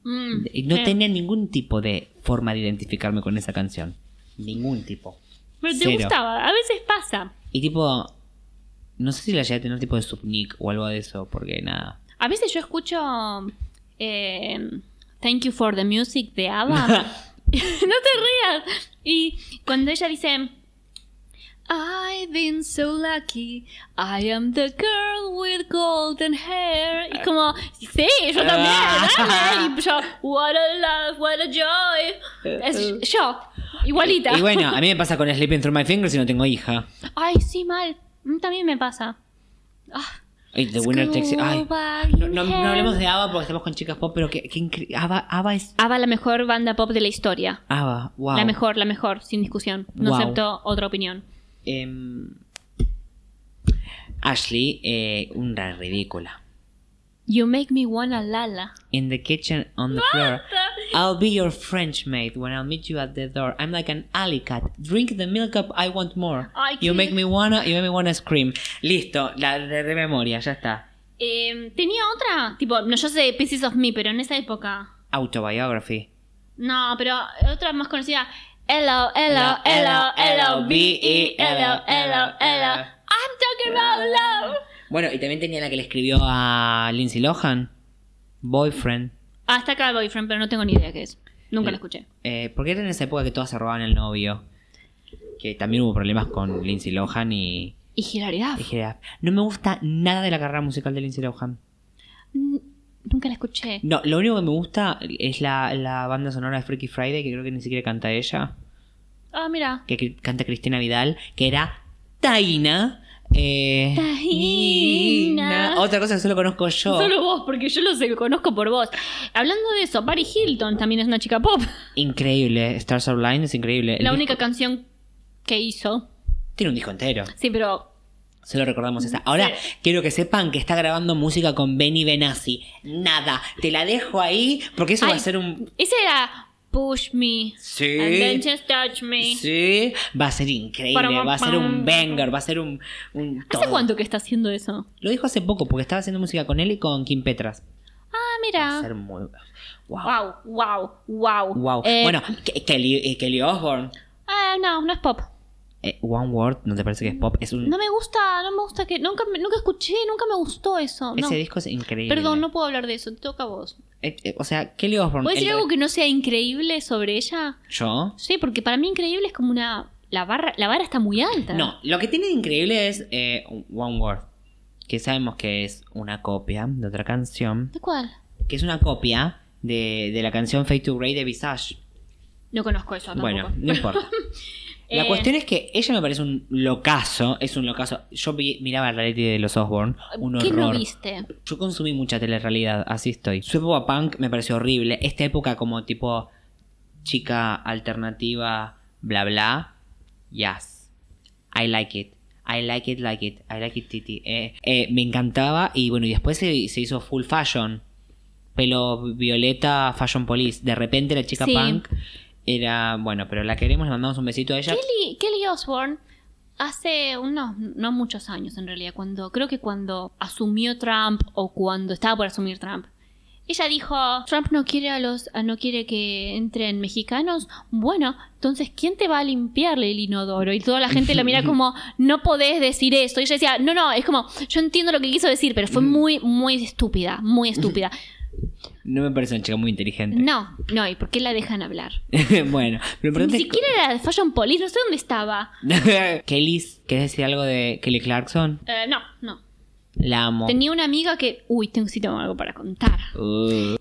Speaker 2: Mm,
Speaker 3: Y No
Speaker 2: eh.
Speaker 3: tenía ningún tipo de forma de identificarme con esa canción. Ningún tipo.
Speaker 2: Pero te
Speaker 3: Cero.
Speaker 2: gustaba, a veces pasa.
Speaker 3: Y tipo, no sé si la llegué a tener tipo de subnick o algo de eso, porque nada.
Speaker 2: A veces yo escucho eh, Thank You for the Music de ABBA. no te rías. Y cuando ella dice I've been so lucky, I am the girl with golden hair. Y como, sí, yo también,
Speaker 3: Ah.
Speaker 2: dale. Y yo, what a love, what a joy. Es yo, igualita.
Speaker 3: Uh, Y bueno, a mí me pasa con Sleeping Through My Fingers y no tengo hija.
Speaker 2: Ay, sí, mal. A mí También me pasa. Ah,
Speaker 3: Ay, The Winner Takes It. Ay. Ah,
Speaker 2: Scuba
Speaker 3: No, no- no
Speaker 2: in
Speaker 3: hablemos
Speaker 2: hell.
Speaker 3: de ABBA porque estamos con chicas pop, pero que, que incre- ABBA, ABBA es
Speaker 2: ABBA, la mejor banda pop de la historia.
Speaker 3: ABBA. Wow.
Speaker 2: La mejor, la mejor, sin discusión. No
Speaker 3: Wow.
Speaker 2: acepto otra opinión.
Speaker 3: Em, Ashley, eh, una ridícula.
Speaker 2: You make me wanna lala.
Speaker 3: In the kitchen on the floor. I'll be your French maid when I'll meet you at the door. I'm like an alley cat. Drink the milk up, I want more.
Speaker 2: Ay,
Speaker 3: you
Speaker 2: qué-
Speaker 3: make me wanna, you make me wanna scream. Listo, la de, de memoria, ya está.
Speaker 2: Eh, Tenía otra, tipo, no, yo sé Pieces of Me, pero en esa época.
Speaker 3: Autobiography.
Speaker 2: No, pero otra más conocida. Hello, hello, hello, hello, B, E, hello, hello, hello. I'm talking about love.
Speaker 3: Bueno, y también tenía la que le escribió a Lindsay Lohan. Boyfriend.
Speaker 2: Hasta acá Boyfriend, pero no tengo ni idea qué es. Nunca la escuché.
Speaker 3: Eh, porque era en esa época que todas se robaban el novio. Que también hubo problemas con Lindsay Lohan y.
Speaker 2: Y Hilary Duff.
Speaker 3: y Gerard. No me gusta nada de la carrera musical de Lindsay Lohan.
Speaker 2: ah, N- Nunca la escuché.
Speaker 3: No, lo único que me gusta es la, la banda sonora de Freaky Friday, que creo que ni siquiera canta ella.
Speaker 2: Ah, mira.
Speaker 3: Que cri- canta Cristina Vidal, que era Taina. Eh,
Speaker 2: Taina.
Speaker 3: Otra cosa que solo conozco yo.
Speaker 2: Solo vos, porque yo lo sé, conozco por vos. Hablando de eso, Paris Hilton también es una chica pop.
Speaker 3: Increíble. Stars Are Blind es increíble. El
Speaker 2: La
Speaker 3: disco-
Speaker 2: única canción que hizo.
Speaker 3: Tiene un disco entero.
Speaker 2: Sí, pero.
Speaker 3: Solo recordamos
Speaker 2: Mm,
Speaker 3: esa. Ahora quiero que sepan que está grabando música con Benny Benassi. Nada, te la dejo ahí porque eso va
Speaker 2: Ay,
Speaker 3: a ser un.
Speaker 2: Esa era Push Me.
Speaker 3: Sí.
Speaker 2: And then just touch me.
Speaker 3: Sí, va a ser increíble,
Speaker 2: Para-
Speaker 3: va a ser un banger, va a ser un. un
Speaker 2: ¿Hace
Speaker 3: todo.
Speaker 2: cuánto que está haciendo eso?
Speaker 3: Lo dijo hace poco porque estaba haciendo música con él y con Kim Petras.
Speaker 2: Ah,
Speaker 3: Va a
Speaker 2: mira.
Speaker 3: ser muy. Wow.
Speaker 2: Wow, wow, wow.
Speaker 3: Wow.
Speaker 2: Eh,
Speaker 3: bueno, Ke- Kelly, eh, Kelly Osbourne.
Speaker 2: ah, no, no es pop.
Speaker 3: Eh, One Word, ¿no te parece que es pop? Es un.
Speaker 2: Mm, No me gusta, no me gusta que. Nunca, me- nunca escuché, nunca me gustó eso. No.
Speaker 3: Ese disco es increíble.
Speaker 2: Perdón, no puedo hablar de eso, te toca a vos.
Speaker 3: Eh, eh, o sea, Kelly Osbourne.
Speaker 2: ¿Puedes
Speaker 3: el-
Speaker 2: decir algo que no sea increíble sobre ella?
Speaker 3: Yo.
Speaker 2: Sí, porque para mí increíble es como una. La, barra, la vara está muy alta.
Speaker 3: No, lo que tiene de increíble es eh, One Word, que sabemos que es una copia de otra canción,
Speaker 2: ¿De cuál?
Speaker 3: que es una copia de, de la canción Fade to Grey de Visage.
Speaker 2: No conozco eso tampoco.
Speaker 3: Bueno, no importa. La
Speaker 2: Eh,
Speaker 3: cuestión es que ella me parece un locazo, es un locazo. Yo vi- miraba el reality de los Osborne, un
Speaker 2: ¿Qué no
Speaker 3: horror.
Speaker 2: viste?
Speaker 3: Yo consumí mucha telerrealidad, así estoy. Su época punk me pareció horrible. Esta época como tipo chica alternativa, bla bla. Yes. I like it. I like it, like it, I like it, titi. Eh, eh, me encantaba y bueno, y después se, se hizo full fashion. Pelo violeta, fashion police. De repente la chica
Speaker 2: Sí.
Speaker 3: punk era, bueno, pero la queremos, le mandamos un besito a ella.
Speaker 2: Kelly, Kelly Osbourne hace unos, no muchos años en realidad, cuando creo que cuando asumió Trump o cuando estaba por asumir Trump, ella dijo, Trump no quiere a los, a- no quiere que entren mexicanos. Bueno, entonces ¿quién te va a limpiarle el inodoro? Y toda la gente la mira como, no podés decir eso. Y ella decía, no, no, es como, yo entiendo lo que quiso decir, pero fue muy, muy estúpida, muy estúpida.
Speaker 3: No me parece una chica muy inteligente.
Speaker 2: No, no, ¿y por qué la dejan hablar?
Speaker 3: bueno, lo importante
Speaker 2: Ni
Speaker 3: es
Speaker 2: siquiera era de Fashion Police, no sé dónde estaba.
Speaker 3: Kelly, ¿querés decir algo de Kelly Clarkson?
Speaker 2: Eh, no, no.
Speaker 3: La amo.
Speaker 2: Tenía una amiga que. Uy, tengo, sí tengo algo para contar.
Speaker 3: Uh,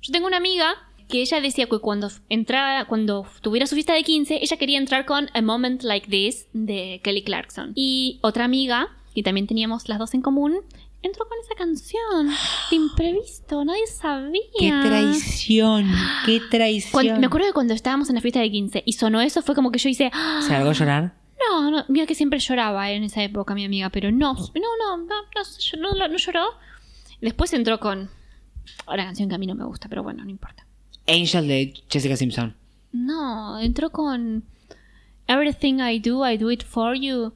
Speaker 2: Yo tengo una amiga que ella decía que cuando entraba, cuando tuviera su fiesta de 15, ella quería entrar con A Moment Like This de Kelly Clarkson. Y otra amiga, que también teníamos las dos en común, entró con esa canción. De imprevisto, nadie sabía.
Speaker 3: ¡Qué traición! ¡Qué traición!
Speaker 2: Cuan- me acuerdo que cuando estábamos en la fiesta de 15 y sonó eso, fue como que yo hice. "Ah,
Speaker 3: ¿Se largó a llorar?
Speaker 2: No, no, mira que siempre lloraba eh, en esa época mi amiga, pero no, no, no, no, no, yo- no, no lloró. Después entró con una canción que a mí no me gusta, pero bueno, no importa.
Speaker 3: Angel de Jessica Simpson.
Speaker 2: No, entró con Everything I Do, I Do It For You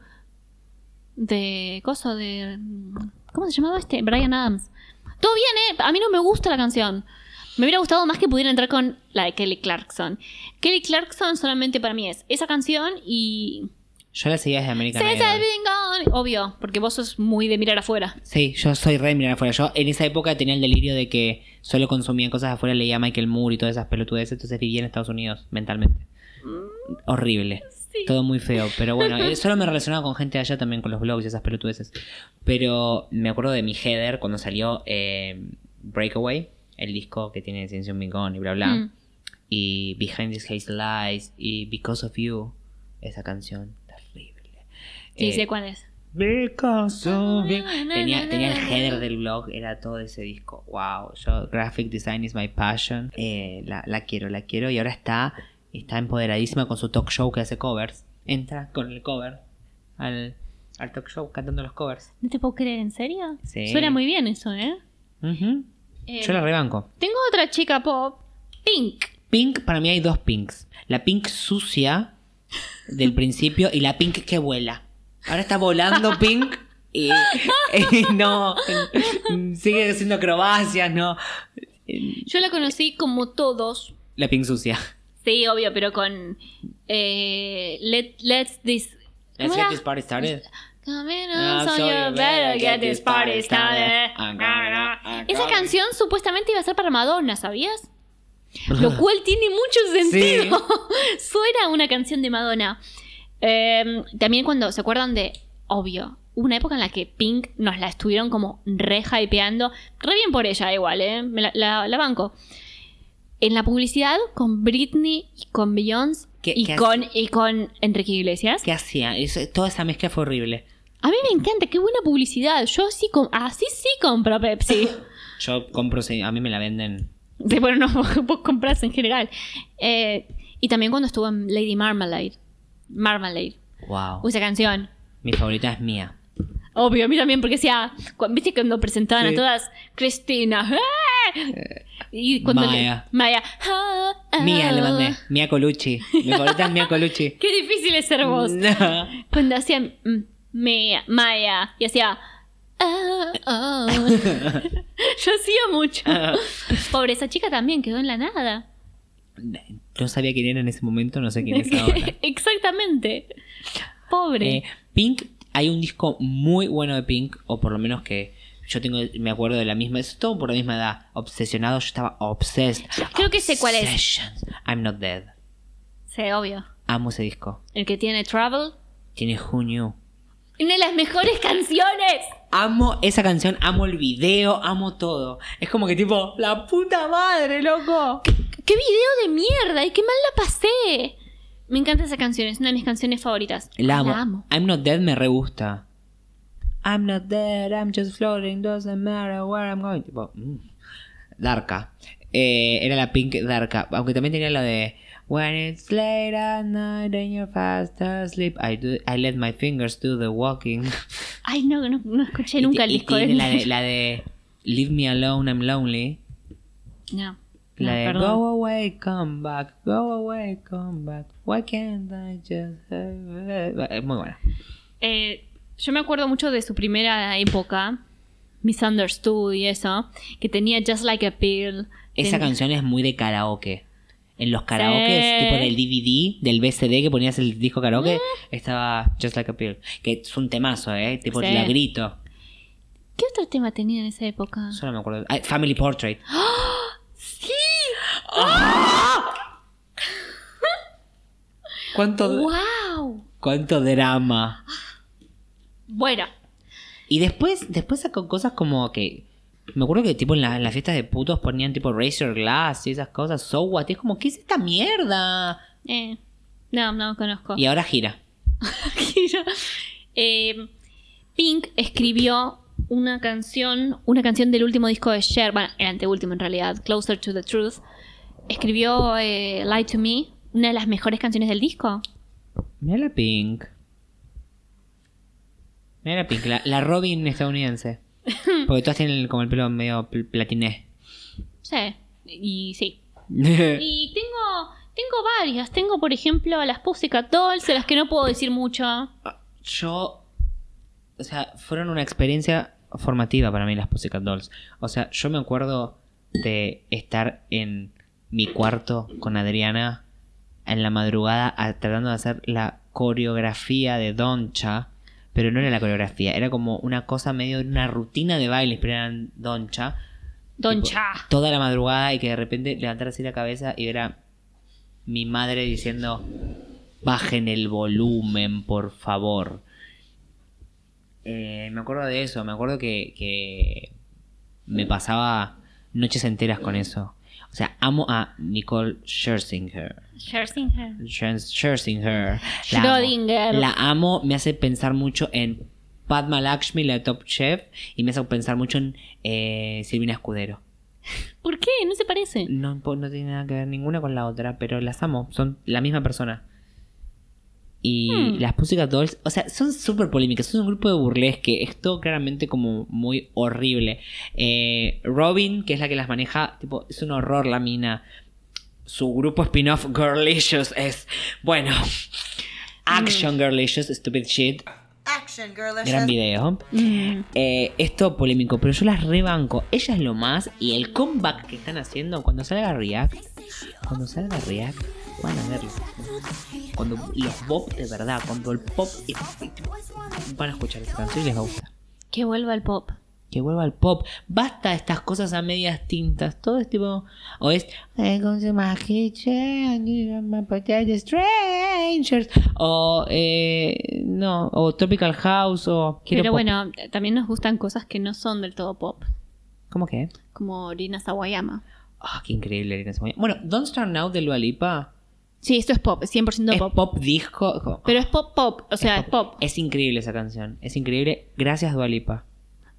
Speaker 2: de coso de mm, ¿cómo se llamaba este? Brian Adams. Todo bien, eh, a mí no me gusta la canción. Me hubiera gustado más que pudiera entrar con la de Kelly Clarkson. Kelly Clarkson solamente para mí es esa canción y
Speaker 3: Yo la seguía desde American
Speaker 2: Since I've
Speaker 3: Idol.
Speaker 2: been gone. Obvio, porque vos sos muy de mirar afuera.
Speaker 3: Sí, yo soy re de mirar afuera. Yo en esa época tenía el delirio de que solo consumía cosas afuera, leía a Michael Moore y todas esas pelotudeces, entonces vivía en Estados Unidos mentalmente.
Speaker 2: Mm.
Speaker 3: Horrible. Todo muy feo, pero bueno, eh, solo me relacionaba con gente de allá también, con los blogs y esas pelotudeces. Pero me acuerdo de mi header cuando salió eh, Breakaway, el disco que tiene Ciencia Un Bigón y bla bla.
Speaker 2: Mm.
Speaker 3: Y Behind These Hazel Lies y Because of You, esa canción terrible.
Speaker 2: Sí,
Speaker 3: Eh,
Speaker 2: sé cuál es.
Speaker 3: Because of you.
Speaker 2: na,
Speaker 3: Tenía,
Speaker 2: na,
Speaker 3: tenía el
Speaker 2: na, na,
Speaker 3: header
Speaker 2: na.
Speaker 3: del blog, era todo ese disco. Wow, yo, graphic design is my passion. Eh, la, la quiero, la quiero. Y ahora está, está empoderadísima con su talk show que hace covers. Entra con el cover al, al talk show cantando los covers.
Speaker 2: No te puedo creer, ¿en serio?
Speaker 3: Sí.
Speaker 2: Suena muy bien eso, ¿eh?
Speaker 3: Ujú.
Speaker 2: Eh,
Speaker 3: Yo la rebanco.
Speaker 2: Tengo otra chica pop, Pink.
Speaker 3: Pink, para mí hay dos pinks. La pink sucia del principio y la pink que vuela. Ahora está volando pink y, y no. Sigue haciendo acrobacias, ¿no?
Speaker 2: Yo la conocí como todos.
Speaker 3: La pink sucia.
Speaker 2: Sí, obvio, pero con eh, let, Let's This.
Speaker 3: Let's
Speaker 2: ¿Cómo
Speaker 3: get
Speaker 2: era?
Speaker 3: this party started.
Speaker 2: Come in,
Speaker 3: Ah,
Speaker 2: so
Speaker 3: so
Speaker 2: you
Speaker 3: you
Speaker 2: better get this party started.
Speaker 3: I'm gonna- I'm
Speaker 2: Esa
Speaker 3: gonna-
Speaker 2: canción supuestamente iba a ser para Madonna, ¿sabías? Lo cual tiene mucho
Speaker 3: Sí.
Speaker 2: sentido. Suena una canción de Madonna. Eh, también cuando, ¿se acuerdan de, obvio, hubo una época en la que Pink nos la estuvieron como re hypeando? Re bien por ella igual, ¿eh? Me la, la- la banco. En la publicidad con Britney y con Beyoncé
Speaker 3: ¿Qué-
Speaker 2: y,
Speaker 3: qué
Speaker 2: con, y con Enrique Iglesias.
Speaker 3: ¿Qué hacía? Eso- toda esa mezcla fue horrible.
Speaker 2: A mí me encanta, qué buena publicidad. Yo sí, com- así sí compro Pepsi.
Speaker 3: Yo compro, sí, a mí me la venden.
Speaker 2: Sí, bueno, no, vos- vos compras en general. Eh, y también cuando estuvo en Lady Marmalade. Marmalade.
Speaker 3: Wow.
Speaker 2: Uy, Esa canción.
Speaker 3: Mi favorita es mía.
Speaker 2: Obvio, a mí también, porque decía, cu- viste cuando presentaban
Speaker 3: Sí.
Speaker 2: a
Speaker 3: Eh,
Speaker 2: todas, Cristina. ¡ah! Y cuando le-
Speaker 3: Maya.
Speaker 2: Maya. ah, ah.
Speaker 3: Mía le mandé. Mía Colucci. Mi favorita es Mía Colucci.
Speaker 2: Qué difícil es ser vos.
Speaker 3: Mm. No.
Speaker 2: Cuando hacían mm, Maya, Maya, y hacía. ah, ah. Yo hacía mucho. Pobre, esa chica también quedó en la nada.
Speaker 3: No sabía quién era en ese momento, no sé quién es ahora.
Speaker 2: Exactamente. Pobre.
Speaker 3: Eh, Pink, hay un disco muy bueno de Pink, o por lo menos que yo tengo, me acuerdo de la misma, es todo por la misma edad. Obsesionado, yo estaba obsessed.
Speaker 2: Creo que sé cuál es.
Speaker 3: Obsessions. I'm not dead.
Speaker 2: sí, obvio.
Speaker 3: Amo ese disco.
Speaker 2: El que tiene Travel.
Speaker 3: Tiene Who Knew.
Speaker 2: Una de las mejores canciones.
Speaker 3: Amo esa canción, amo el video, amo todo. Es como que tipo, la puta madre, loco.
Speaker 2: ¡Qué video de mierda! ¡Y qué mal la pasé! Me encanta esa canción, es una de mis canciones favoritas.
Speaker 3: La amo. I'm not dead me re gusta. I'm not dead, I'm just floating, doesn't matter where I'm going. Tipo, mm. Darka. Eh, era la Pink Darka. Aunque también tenía la de When it's late at night and you're fast asleep, I, do, I let my fingers do the walking.
Speaker 2: Ay, no, no, no escuché
Speaker 3: Y
Speaker 2: nunca el
Speaker 3: ti- y
Speaker 2: disco. eh.
Speaker 3: tiene
Speaker 2: de-
Speaker 3: la de, la de Leave me alone, I'm lonely.
Speaker 2: No.
Speaker 3: La
Speaker 2: No,
Speaker 3: de
Speaker 2: perdón.
Speaker 3: Go away, come back, go away, come back. Why can't I just have it?" Eh, Muy buena.
Speaker 2: Eh, yo me acuerdo mucho de su primera época, Misunderstood y eso, que tenía Just Like a Pill.
Speaker 3: Esa
Speaker 2: ten-
Speaker 3: canción es muy de karaoke. En los karaoke,
Speaker 2: Sí.
Speaker 3: tipo en el DVD del BCD que ponías el disco karaoke, estaba Just Like a Pill. Que es un temazo, ¿eh? Tipo,
Speaker 2: Mm. Sí.
Speaker 3: la grito.
Speaker 2: ¿Qué otro tema tenía en esa época?
Speaker 3: Solo me acuerdo. Ah, Family Portrait.
Speaker 2: ¡Sí!
Speaker 3: ¡Ah!
Speaker 2: ¡Ah!
Speaker 3: ¿Cuánto,
Speaker 2: ¡Wow!
Speaker 3: cuánto drama?
Speaker 2: Bueno,
Speaker 3: Y después, después sacó cosas como que. Me acuerdo que tipo en, la- en las fiestas de putos ponían tipo Razor Glass y esas cosas. So what? Y es como, ¿qué es esta mierda?
Speaker 2: eh, no, no conozco.
Speaker 3: Y ahora gira.
Speaker 2: Eh, Pink escribió una canción, una canción del último disco de Cher, bueno, el anteúltimo en realidad, Closer to the Truth. Escribió eh, Lie to Me, una de las mejores canciones del disco.
Speaker 3: Mira la Pink. Mira la Pink, la, la Robin estadounidense. Porque todas tienen el- como el pelo medio pl- platiné.
Speaker 2: Sí, y sí.
Speaker 3: Eh.
Speaker 2: Y tengo, tengo varias. Tengo, por ejemplo, a las Pussycat Dolls, de las que no puedo decir mucho.
Speaker 3: Yo. O sea, fueron una experiencia formativa para mí las Pussycat Dolls. O sea, yo me acuerdo de estar en mi cuarto con Adriana en la madrugada a- tratando de hacer la coreografía de Doncha. Pero no era la coreografía, era como una cosa medio, una rutina de bailes, pero eran Doncha.
Speaker 2: Doncha.
Speaker 3: Tipo, toda la madrugada y que de repente levantara así la cabeza y ver a mi madre diciendo, bajen el volumen, por favor. Eh, me acuerdo de eso, me acuerdo que, que me pasaba noches enteras con eso. O sea, amo a Nicole Scherzinger.
Speaker 2: Scherzinger.
Speaker 3: Schers- Scherzinger. La amo.
Speaker 2: Schrödinger.
Speaker 3: La amo, me hace pensar mucho en Padma Lakshmi, la de Top Chef, y me hace pensar mucho en eh, Silvina Escudero.
Speaker 2: ¿Por qué? No se parece.
Speaker 3: No, po- no tiene nada que ver ninguna con la otra, pero las amo, son la misma persona. Y las Pussycat Dolls, o sea, son súper polémicas, son un grupo de burlesque, es todo claramente como muy horrible. Eh, Robin, que es la que las maneja, tipo, es un horror la mina. Su grupo spin-off Girlicious es, bueno, Action Girlicious, Stupid Shit,
Speaker 4: Action, girlish.
Speaker 3: gran video. Eh, es todo polémico, pero yo las rebanco. Ella es lo más. Y el comeback que están haciendo cuando salga React. Cuando salga React, van a verlo. Cuando los pop de verdad, cuando el pop. eh, Van a escuchar esa canción y les va a gustar.
Speaker 2: Que vuelva el pop.
Speaker 3: Que vuelva al pop. Basta de estas cosas a medias tintas. Todo es tipo. O es. "Eh, I go to my kitchen, you are my potato strangers. O. eh, no. O Tropical House. O. quiero
Speaker 2: Pero
Speaker 3: pop.
Speaker 2: bueno, también nos gustan cosas que no son del todo pop.
Speaker 3: ¿Cómo que?
Speaker 2: Como Rina Sawayama.
Speaker 3: Ah, qué increíble Irene Simonetti. Bueno, Don't Start Now de Lua Lipa
Speaker 2: Sí, esto es pop, es 100%
Speaker 3: es
Speaker 2: pop.
Speaker 3: pop disco. es como-
Speaker 2: Pero es pop pop, o sea, es pop.
Speaker 3: Es increíble esa canción. Es increíble. Gracias, Dua Lipa.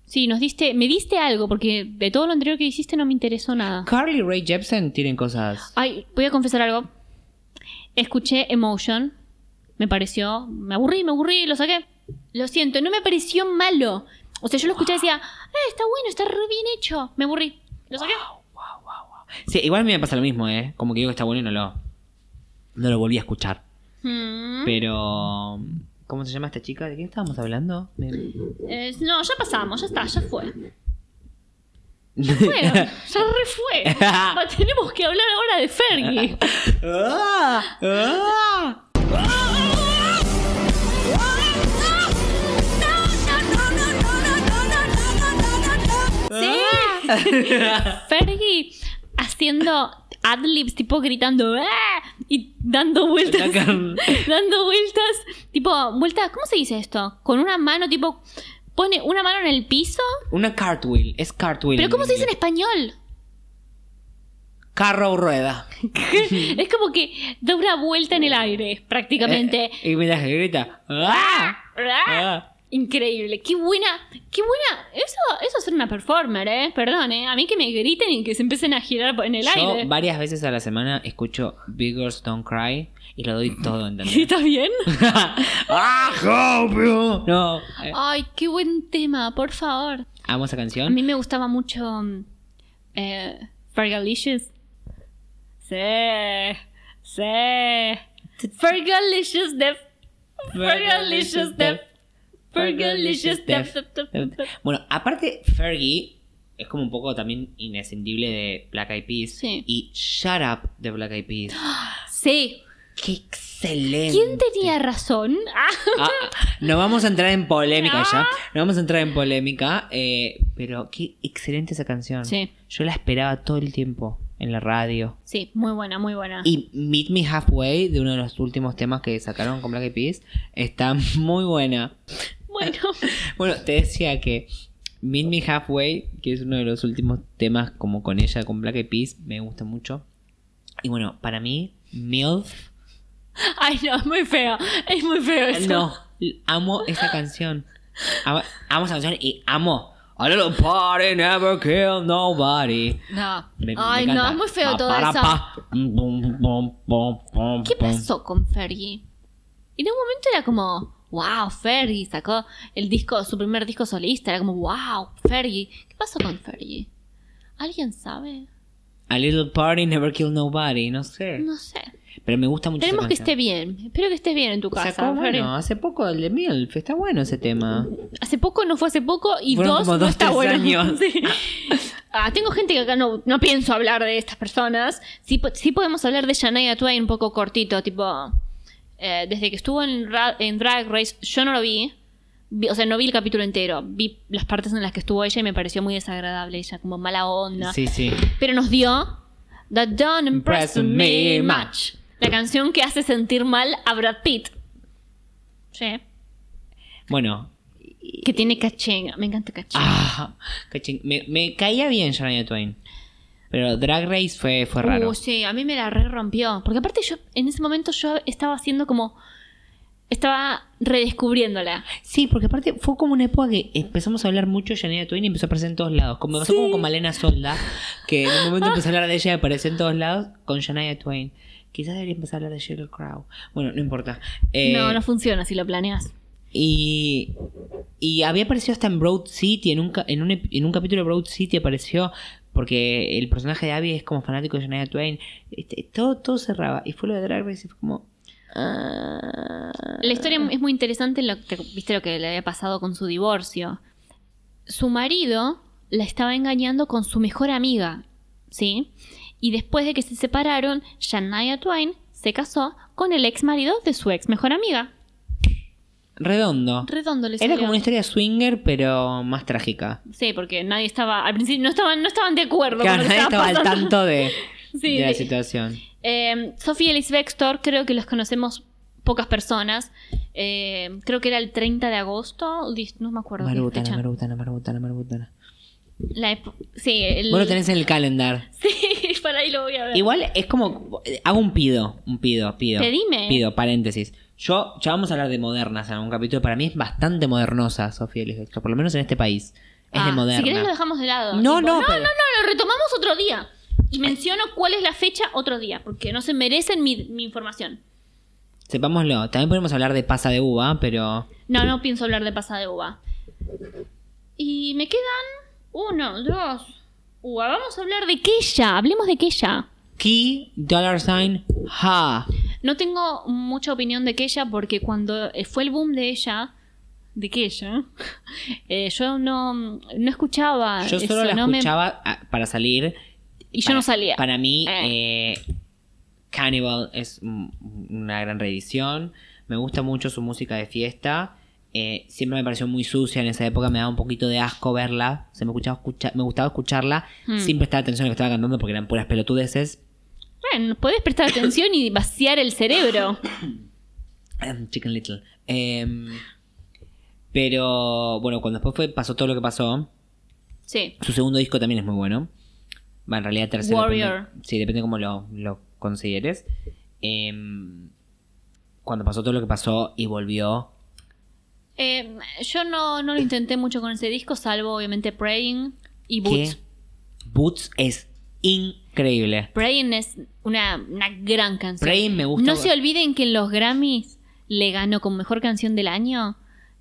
Speaker 2: Sí, nos diste, me diste algo, porque de todo lo anterior que hiciste no me interesó nada.
Speaker 3: Carly Ray Jepsen tienen cosas.
Speaker 2: Ay, voy a confesar algo. Escuché Emotion. Me pareció. Me aburrí, me aburrí, lo saqué. Lo siento, no me pareció malo. O sea, yo lo escuché y decía, "Ah, está bueno, está re bien hecho. Me aburrí. Lo saqué.
Speaker 3: Sí, igual a mí me pasa lo mismo, ¿eh? Como que digo que está bueno y no lo. No lo volví a escuchar.
Speaker 2: Mm.
Speaker 3: Pero. ¿Cómo se llama esta chica? ¿De quién estábamos hablando? Me-
Speaker 2: Eh, no, ya pasamos, ya está, ya fue. Ya fue, ya re fue. Va, Tenemos que hablar ahora de Fergie.
Speaker 3: ¡Ah! ¡Ah!
Speaker 2: Ah, Fergie haciendo adlibs, tipo gritando "¡Ah!", y dando vueltas.
Speaker 3: La can-
Speaker 2: dando vueltas. Tipo, vuelta, ¿cómo se dice esto? Con una mano, tipo, pone una mano en el piso.
Speaker 3: Una cartwheel. Es cartwheel.
Speaker 2: Pero ¿cómo se dice en
Speaker 3: inglés.
Speaker 2: español?
Speaker 3: Carro o rueda.
Speaker 2: es como que da una vuelta en el aire, prácticamente.
Speaker 3: Y mientras que grita. Eh, ¡Ah!
Speaker 2: Ah,
Speaker 3: ¡Ah!
Speaker 2: Increíble, qué buena, qué buena. Eso, eso es ser una performer, ¿eh? Perdón, ¿eh? A mí que me griten y que se empiecen a girar en el
Speaker 3: Yo
Speaker 2: aire.
Speaker 3: varias veces a la semana escucho Big Girls Don't Cry y lo doy todo, ¿entendés?
Speaker 2: ¿Está bien?
Speaker 3: ¡Ah, Jopio! No. eh,
Speaker 2: Ay, qué buen tema, por favor.
Speaker 3: amo esa
Speaker 2: A
Speaker 3: canción.
Speaker 2: mí me gustaba mucho mm, eh, Fergalicious. Sí, sí. Fergalicious Def. Fergalicious Def. Fergalicious Def. def, def, def, def.
Speaker 3: Bueno, aparte, Fergie es como un poco también inescindible de Black Eyed Peas.
Speaker 2: Sí.
Speaker 3: Y Shut Up de Black Eyed Peas.
Speaker 2: Sí.
Speaker 3: ¡Qué excelente!
Speaker 2: ¿Quién tenía razón? Ah,
Speaker 3: Ah, no vamos a entrar en polémica ya. No vamos a entrar en polémica. eh, pero qué excelente esa canción.
Speaker 2: Sí.
Speaker 3: Yo la esperaba todo el tiempo en la radio.
Speaker 2: Sí, muy buena, muy buena.
Speaker 3: Y Meet Me Halfway, de uno de los últimos temas que sacaron con Black Eyed Peas, está muy buena.
Speaker 2: Bueno,
Speaker 3: Bueno, te decía que Meet Me Halfway, que es uno de los últimos temas como con ella, con Black Eyed Peas, me gusta mucho. Y bueno, para mí, MILF,
Speaker 2: ay no, es muy feo, es muy feo eso.
Speaker 3: no, amo esa canción. Amo, amo esa canción y amo A Little Party Never Kill Nobody.
Speaker 2: No.
Speaker 3: Me- me
Speaker 2: ay no,
Speaker 3: encanta.
Speaker 2: es muy feo
Speaker 3: Pa,
Speaker 2: todo
Speaker 3: para,
Speaker 2: eso.
Speaker 3: pa. Bum, bum, bum, bum,
Speaker 2: ¿Qué
Speaker 3: bum.
Speaker 2: pasó con Fergie? En un momento era como, wow, Fergie sacó el disco, su primer disco solista, era como, wow, Fergie. ¿Qué pasó con Fergie? ¿Alguien sabe?
Speaker 3: A Little Party Never Kill Nobody, no sé.
Speaker 2: No sé.
Speaker 3: Pero me gusta Eh, mucho
Speaker 2: Esperemos
Speaker 3: esa
Speaker 2: que
Speaker 3: canción.
Speaker 2: esté bien. Espero que esté bien en tu casa.
Speaker 3: Sacó,
Speaker 2: Fergie.
Speaker 3: bueno, hace poco el de MILF, está bueno ese tema.
Speaker 2: Hace poco no fue hace poco y
Speaker 3: Fueron
Speaker 2: dos,
Speaker 3: como
Speaker 2: no
Speaker 3: dos,
Speaker 2: está
Speaker 3: tres
Speaker 2: bueno.
Speaker 3: años.
Speaker 2: Sí. Ah, tengo gente que acá no, no pienso hablar de estas personas. Sí, po- sí podemos hablar de Shania Twain un poco cortito, tipo. eh, desde que estuvo en, Ra- en Drag Race, yo no lo vi. Vi- O sea, no vi el capítulo entero. Vi las partes en las que estuvo ella y me pareció muy desagradable ella, como mala onda.
Speaker 3: Sí, sí.
Speaker 2: Pero nos dio That Don't Impress Me Much. La canción que hace sentir mal a Brad Pitt. Sí.
Speaker 3: Bueno.
Speaker 2: Que tiene cachenga. Me encanta cachenga.
Speaker 3: Ah, qué ching- me, me caía bien Shania Twain. Pero Drag Race fue, fue raro.
Speaker 2: Uh, sí, a mí me la re rompió. Porque aparte yo, en ese momento yo estaba haciendo como... Estaba redescubriéndola.
Speaker 3: Sí, porque aparte fue como una época que empezamos a hablar mucho de Shania Twain y empezó a aparecer en todos lados. Como me pasó como con Malena Solda, que en un momento empezó a hablar de ella y apareció en todos lados con Shania Twain. Quizás debería empezar a hablar de Sheryl Crow. Bueno, no importa. Eh,
Speaker 2: no, no funciona si lo planeas.
Speaker 3: Y, y había aparecido hasta en Broad City, en un, ca- en, un, ep- en un capítulo de Broad City apareció, porque el personaje de Abby es como fanático de Shania Twain. Este, todo, todo cerraba. Y fue lo de Drag Race y fue como... ah.
Speaker 2: La historia es muy interesante, lo que, viste lo que le había pasado con su divorcio. Su marido la estaba engañando con su mejor amiga, ¿sí? Y después de que se separaron, Shania Twain se casó con el ex marido de su ex mejor amiga.
Speaker 3: Redondo.
Speaker 2: Redondo le
Speaker 3: Era
Speaker 2: salió.
Speaker 3: como una historia swinger, pero más trágica.
Speaker 2: Sí, porque nadie estaba, al principio no estaban, no estaban de acuerdo
Speaker 3: Claro,
Speaker 2: con lo que
Speaker 3: nadie estaba al
Speaker 2: pasando.
Speaker 3: tanto de,
Speaker 2: Sí,
Speaker 3: de la
Speaker 2: de-
Speaker 3: situación.
Speaker 2: Eh, Sophie y Elise Bextor, creo que los conocemos pocas personas. Eh, creo que era el 30 de agosto, o dis- no me acuerdo. qué
Speaker 3: Marutana,
Speaker 2: fecha.
Speaker 3: marutana, marutana, marutana.
Speaker 2: La epo- sí, el-
Speaker 3: Vos lo tenés en el calendar.
Speaker 2: Sí, para ahí lo voy a ver.
Speaker 3: Igual es como. Hago un pido, un pido, pido.
Speaker 2: Pedime.
Speaker 3: Pido, paréntesis. Yo, ya vamos a hablar de modernas en algún capítulo. Para mí es bastante modernosa, Sofía Lisbector, por lo menos en este país. Es
Speaker 2: Ah,
Speaker 3: de
Speaker 2: Si querés lo
Speaker 3: moderna.
Speaker 2: dejamos de lado.
Speaker 3: No,
Speaker 2: Tipo,
Speaker 3: no,
Speaker 2: no, no,
Speaker 3: pero-
Speaker 2: no, lo retomamos otro día. Y menciono cuál es la fecha otro día, porque no se merecen mi, mi información.
Speaker 3: Sepámoslo. También podemos hablar de pasa de uva, pero.
Speaker 2: No, no pienso hablar de pasada de uva. Y me quedan uno, dos. Uva, vamos a hablar de Keya. Hablemos de Keya.
Speaker 3: Key, dollar sign, ha.
Speaker 2: No tengo mucha opinión de Keya porque cuando eh, fue el boom de ella, de Keya, eh, yo no, no escuchaba.
Speaker 3: Yo solo
Speaker 2: Ah, eso,
Speaker 3: la
Speaker 2: no me-
Speaker 3: escuchaba ah, para salir.
Speaker 2: y yo
Speaker 3: Para-
Speaker 2: no salía.
Speaker 3: Para mí,
Speaker 2: Eh.
Speaker 3: eh, Cannibal es un- una gran reedición. Me gusta mucho su música de fiesta. Eh, siempre me pareció muy sucia en esa época. Me daba un poquito de asco verla. Se me, escuchaba escucha- me gustaba escucharla
Speaker 2: Hmm.
Speaker 3: sin prestar atención a lo que estaba cantando porque eran puras pelotudeces.
Speaker 2: Bueno, podés prestar atención y vaciar el cerebro.
Speaker 3: Ahem, Chicken Little. Em, pero bueno, cuando después fue- pasó todo lo que pasó,
Speaker 2: Sí.
Speaker 3: Su segundo disco también es muy bueno. Va, en realidad tercero.
Speaker 2: Warrior.
Speaker 3: depende- sí, depende cómo lo, lo consideres. Em, cuando pasó todo lo que pasó y volvió,
Speaker 2: Eh, yo no, no lo intenté mucho con ese disco, salvo obviamente Praying y Boots.
Speaker 3: Que Boots es increíble.
Speaker 2: Praying es una, una gran canción.
Speaker 3: Praying me gusta.
Speaker 2: No se olviden que en los Grammys le ganó con mejor canción del año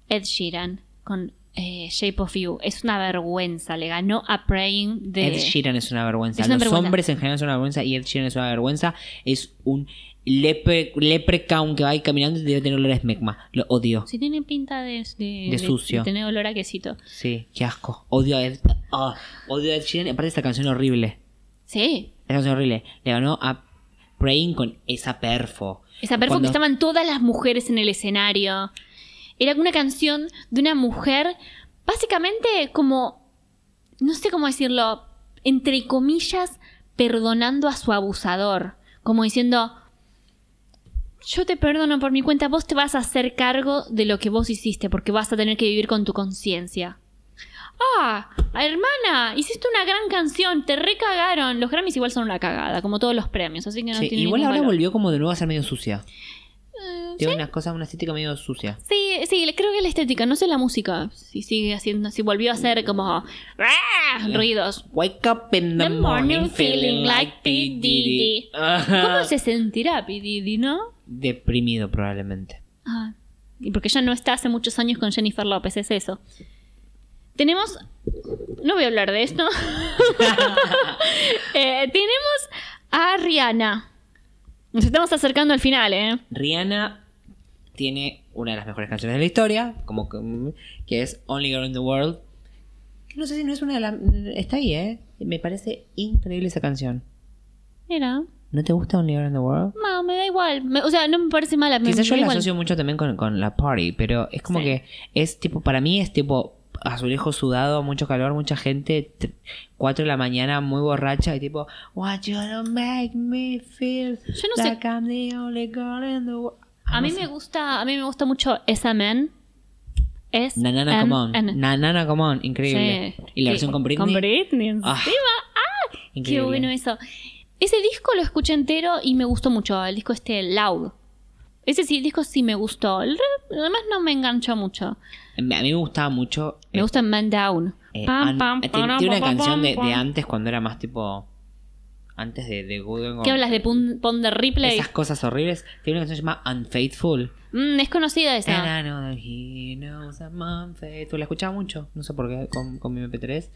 Speaker 2: Ed Sheeran con eh, Shape of You. Es una vergüenza. Le ganó a Praying de.
Speaker 3: Ed Sheeran es una vergüenza.
Speaker 2: Es una
Speaker 3: Los
Speaker 2: vergüenza.
Speaker 3: hombres en general son una vergüenza y Ed Sheeran es una vergüenza. Es un lepre, leprecaun que va ahí caminando y debe tener olor a esmegma. Lo odio.
Speaker 2: Si tiene pinta de,
Speaker 3: De sucio.
Speaker 2: tener olor a quesito.
Speaker 3: Sí, qué asco. Odio a Ed, ah, odio a Ed Sheeran. Aparte, esta canción horrible.
Speaker 2: Sí.
Speaker 3: Esta canción horrible. Le ganó a Praying con esa perfo.
Speaker 2: Esa perfo que
Speaker 3: Cuando-
Speaker 2: estaban todas las mujeres en el escenario. Era una canción de una mujer, básicamente como, no sé cómo decirlo, entre comillas, perdonando a su abusador. Como diciendo, yo te perdono por mi cuenta, vos te vas a hacer cargo de lo que vos hiciste, porque vas a tener que vivir con tu conciencia. Ah, hermana, hiciste una gran canción, te recagaron. Los Grammys igual son una cagada, como todos los premios, así que no
Speaker 3: Sí,
Speaker 2: tiene
Speaker 3: igual
Speaker 2: ningún
Speaker 3: ahora
Speaker 2: valor.
Speaker 3: volvió como de nuevo a ser medio sucia.
Speaker 2: Eh,
Speaker 3: Tiene unas cosas, una estética medio sucia.
Speaker 2: Sí, sí, le- creo que la estética, no sé la música. Si sigue haciendo, si volvió a hacer como ¡ah! ruidos.
Speaker 3: Wake up in the,
Speaker 2: The morning feeling like P. Diddy. ¿Cómo
Speaker 3: Ajá.
Speaker 2: se sentirá P. Diddy, no?
Speaker 3: Deprimido probablemente.
Speaker 2: Ah, y porque ya no está hace muchos años con Jennifer López, es eso. Tenemos. No voy a hablar de esto. Eh, tenemos a Rihanna. Nos estamos acercando al final, ¿eh?
Speaker 3: Rihanna tiene una de las mejores canciones de la historia, como que, que es Only Girl in the World. Que No sé si no es una de las... Está ahí, ¿eh? Me parece increíble esa canción.
Speaker 2: Mira.
Speaker 3: ¿No te gusta Only Girl in the World?
Speaker 2: No, me da igual. Me- o sea, no me parece mala. me-
Speaker 3: Quizás yo
Speaker 2: me da
Speaker 3: la
Speaker 2: igual.
Speaker 3: asocio mucho también con, con la party, pero es como
Speaker 2: Sí.
Speaker 3: que es tipo, para mí es tipo azulejo sudado, mucho calor, mucha gente, 4 de la mañana, muy borracha y tipo, What you don't make me feel
Speaker 2: Yo no sé-
Speaker 3: like I'm the only girl in the world.
Speaker 2: A mí me gusta, a mí me gusta mucho esa man. Es
Speaker 3: Nanana
Speaker 2: M,
Speaker 3: Come On.
Speaker 2: N.
Speaker 3: Nanana Come On, increíble.
Speaker 2: Sí.
Speaker 3: Y la
Speaker 2: Sí,
Speaker 3: versión con Britney.
Speaker 2: Con Britney encima.
Speaker 3: Ah,
Speaker 2: Qué
Speaker 3: increíble.
Speaker 2: bueno eso. Ese disco lo escuché entero y me gustó mucho. El disco este, Loud. Ese sí, el disco sí me gustó. El re- además no me enganchó mucho.
Speaker 3: A mí me gustaba mucho.
Speaker 2: Me
Speaker 3: eh,
Speaker 2: gusta Man Down.
Speaker 3: eh,
Speaker 2: Pam,
Speaker 3: an-
Speaker 2: pam,
Speaker 3: eh,
Speaker 2: pam,
Speaker 3: Tiene una
Speaker 2: pam,
Speaker 3: canción
Speaker 2: pam,
Speaker 3: de,
Speaker 2: pam.
Speaker 3: de antes cuando era más tipo. Antes de, de Good and
Speaker 2: ¿Qué
Speaker 3: Gone.
Speaker 2: hablas de Pon, Pon de Replay?
Speaker 3: Esas cosas horribles. Tiene una canción llamada Unfaithful.
Speaker 2: Mm, es conocida esa.
Speaker 3: And I know that he knows I'm unfaithful. La escuchaba mucho. No sé por qué con, con mi MP3.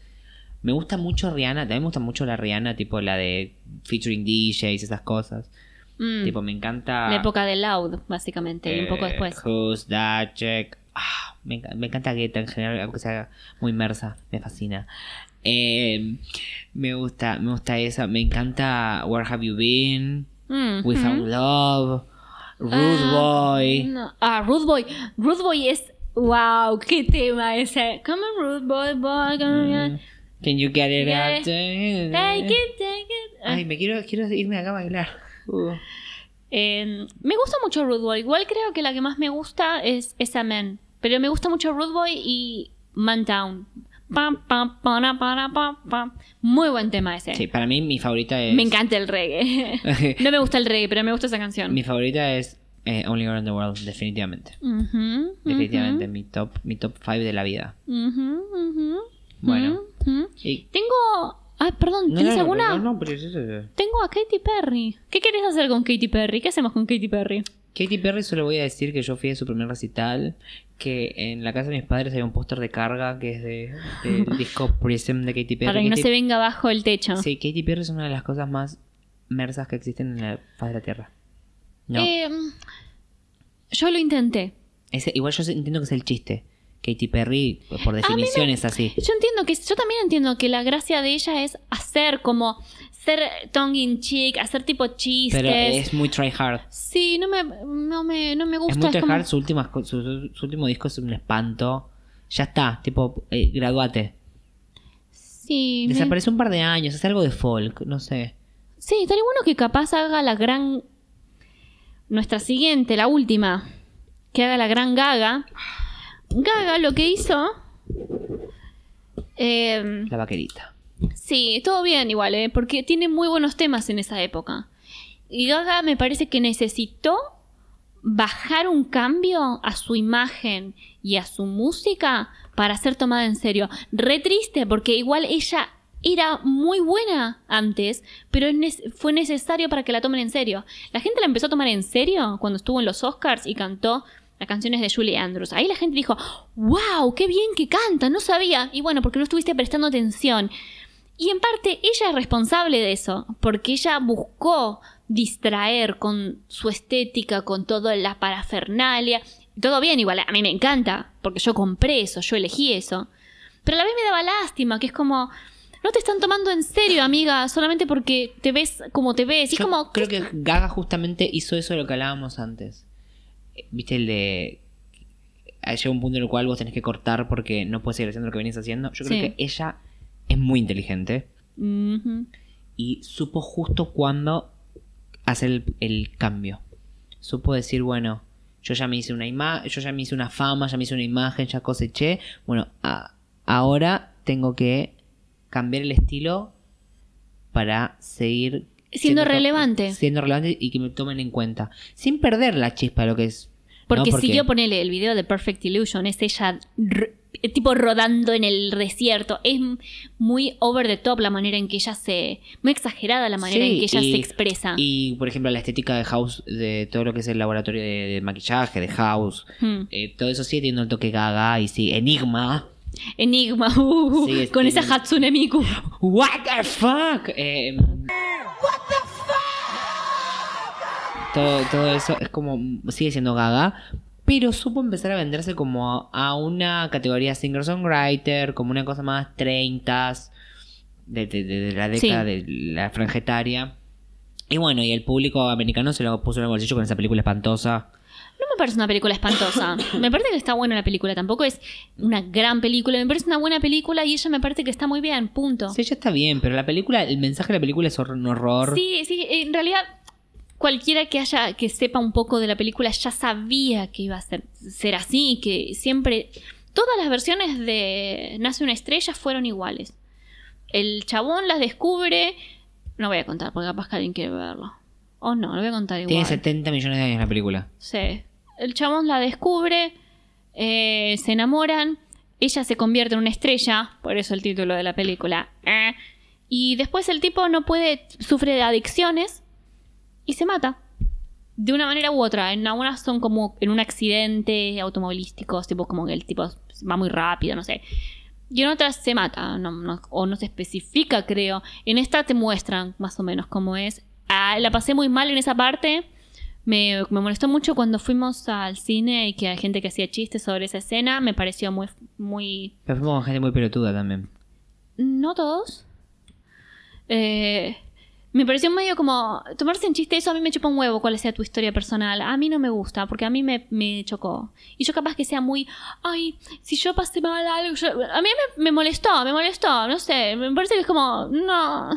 Speaker 3: Me gusta mucho Rihanna. También me gusta mucho la Rihanna, tipo la de featuring DJs, esas cosas.
Speaker 2: Mm,
Speaker 3: Tipo, me encanta.
Speaker 2: la época de Loud, básicamente, y un poco
Speaker 3: Eh,
Speaker 2: después.
Speaker 3: Who's that chick? Ah, me, enca- me encanta Guetta en general, aunque sea muy inmersa, me fascina. Eh, me gusta, me gusta esa, me encanta Where Have You Been,
Speaker 2: Mm,
Speaker 3: We Found
Speaker 2: mm.
Speaker 3: Love, Rude
Speaker 2: Ah,
Speaker 3: Boy.
Speaker 2: no. Ah, Rude Boy. Rude Boy es. ¡Wow! ¡Qué tema ese! Come on, Rude Boy, boy, come on.
Speaker 3: Mm. Can you get it
Speaker 2: mm, Yeah.
Speaker 3: out?
Speaker 2: Take it, take it. Ah,
Speaker 3: Mm. Ay, me quiero, quiero irme acá a bailar. Uh.
Speaker 2: eh, me gusta mucho Rude Boy. Igual creo que la que más me gusta es esa Man. Pero me gusta mucho Rude Boy y Man Town. Pam, pam, pana, pana, pam, pam. Muy buen tema ese.
Speaker 3: Sí, para mí mi favorita es.
Speaker 2: Me encanta el reggae. no me gusta el reggae, pero me gusta esa canción.
Speaker 3: mi favorita es eh, Only Girl in the World, definitivamente.
Speaker 2: Ujú,
Speaker 3: Definitivamente, mi top, mi top 5 de la vida.
Speaker 2: ujú, ujú,
Speaker 3: Bueno.
Speaker 2: ujú.
Speaker 3: Y-
Speaker 2: Tengo. Ah, perdón,
Speaker 3: No,
Speaker 2: ¿tenés
Speaker 3: no, no,
Speaker 2: alguna?
Speaker 3: No, no, pero es eso, eso.
Speaker 2: Tengo a Katy Perry. ¿Qué querés hacer con Katy Perry? ¿Qué hacemos con Katy Perry?
Speaker 3: Katy Perry solo voy a decir que yo fui a su primer recital, que en la casa de mis padres había un póster de carga que es de, del disco Prism de Katy Perry.
Speaker 2: Para que no
Speaker 3: Katy-
Speaker 2: se venga abajo el techo.
Speaker 3: Sí, Katy Perry es una de las cosas más mersas que existen en la faz de la Tierra. No.
Speaker 2: Eh, yo lo intenté.
Speaker 3: Ese- igual yo entiendo que es el chiste. Katy Perry, por definición, es así.
Speaker 2: Yo entiendo que. Yo también entiendo que la gracia de ella es hacer como. Ser tongue in cheek, hacer tipo chistes.
Speaker 3: Pero es muy try hard.
Speaker 2: Sí, no me, no me, no me gusta.
Speaker 3: es muy
Speaker 2: es
Speaker 3: try
Speaker 2: como-
Speaker 3: hard. Su, última, su, su- su último disco es un espanto. Ya está, tipo, eh, graduate.
Speaker 2: Sí, me-
Speaker 3: Desaparece un par de años, hace algo de folk, no sé.
Speaker 2: sí, estaría bueno que capaz haga la gran. Nuestra siguiente, la última. Que haga la gran gaga. Gaga lo que hizo. eh,
Speaker 3: La vaquerita.
Speaker 2: Sí, todo bien igual, ¿eh? porque tiene muy buenos temas en esa época. Y Gaga me parece que necesitó bajar un cambio a su imagen y a su música para ser tomada en serio. Re triste, porque igual ella era muy buena antes, pero es nece- fue necesario para que la tomen en serio. La gente la empezó a tomar en serio cuando estuvo en los Oscars y cantó las canciones de Julie Andrews. Ahí la gente dijo, wow, qué bien que canta, no sabía. Y bueno, porque no estuviste prestando atención. Y en parte ella es responsable de eso, porque ella buscó distraer con su estética, con toda la parafernalia. Todo bien, igual, a mí me encanta, porque yo compré eso, yo elegí eso. Pero a la vez me daba lástima, que es como, no te están tomando en serio, amiga, solamente porque te ves como te ves. Y es
Speaker 3: Yo
Speaker 2: como,
Speaker 3: creo que Gaga justamente hizo eso de lo que hablábamos antes. Eh, ¿Viste el de... ah, Llega un punto en el cual vos tenés que cortar porque no puedes seguir haciendo lo que venís haciendo. Yo creo
Speaker 2: Sí.
Speaker 3: que ella es muy inteligente
Speaker 2: "Ujú".
Speaker 3: y supo justo cuándo hacer el, el cambio. Supo decir, bueno, yo ya me hice una ima yo ya me hice una fama, ya me hice una imagen, ya coseché. Bueno, a- ahora tengo que cambiar el estilo para seguir
Speaker 2: Siendo
Speaker 3: to-
Speaker 2: relevante.
Speaker 3: Siendo relevante y que me tomen en cuenta. Sin perder la chispa de lo que es. ¿no?
Speaker 2: Porque, siguió, ponele, el video de Perfect Illusion, es ella r- eh, tipo rodando en el desierto. Es m- muy over the top la manera en que ella se... Muy exagerada la manera
Speaker 3: Sí,
Speaker 2: en que ella
Speaker 3: y-
Speaker 2: se expresa.
Speaker 3: Y por ejemplo, la estética de House, de todo lo que es el laboratorio de, de maquillaje, de House.
Speaker 2: Hmm.
Speaker 3: eh, todo eso sigue teniendo el toque gaga y sí, Enigma.
Speaker 2: Enigma, uh,
Speaker 3: Sí, es
Speaker 2: con esa
Speaker 3: tremendo.
Speaker 2: Hatsune Miku.
Speaker 3: What the fuck? Eh, Todo, todo eso es como sigue siendo gaga, pero supo empezar a venderse como a, a una categoría singer songwriter, como una cosa más 30 de, de- de- de la década de la franja etaria. Y bueno, y el público americano se lo puso en el bolsillo con esa película espantosa.
Speaker 2: No me parece una película espantosa. Me parece que está buena la película. Tampoco es una gran película. Me parece una buena película y ella me parece que está muy bien. Punto.
Speaker 3: Sí, ya está bien, pero la película, el mensaje de la película es hor- un horror.
Speaker 2: Sí, sí, en realidad cualquiera que haya que sepa un poco de la película ya sabía que iba a ser, ser así, que siempre todas las versiones de Nace una estrella fueron iguales. El chabón las descubre, no voy a contar porque capaz que alguien quiere verlo. O no, lo voy a contar igual.
Speaker 3: Tiene 70 millones de años la película.
Speaker 2: Sí. El chabón la descubre, eh, se enamoran, ella se convierte en una estrella, por eso el título de la película. eh, Y después el tipo no puede, sufre de adicciones y se mata. De una manera u otra. En algunas son como en un accidente automovilístico, tipo como que el tipo va muy rápido, no sé. Y en otras se mata, no- no- o no se especifica, creo. En esta te muestran más o menos cómo es. Ah, la pasé muy mal en esa parte. Me, me molestó mucho cuando fuimos al cine y que hay gente que hacía chistes sobre esa escena. Me pareció muy... muy
Speaker 3: Pero fuimos con gente muy pelotuda también.
Speaker 2: no todos. Eh, me pareció medio como... Tomarse en chiste eso a mí me chupa un huevo cuál sea tu historia personal. A mí no me gusta porque a mí me, me chocó. Y yo capaz que sea muy... Ay, si yo pasé mal algo... yo-". a mí me, me molestó, me molestó. No sé, me parece que es como... No...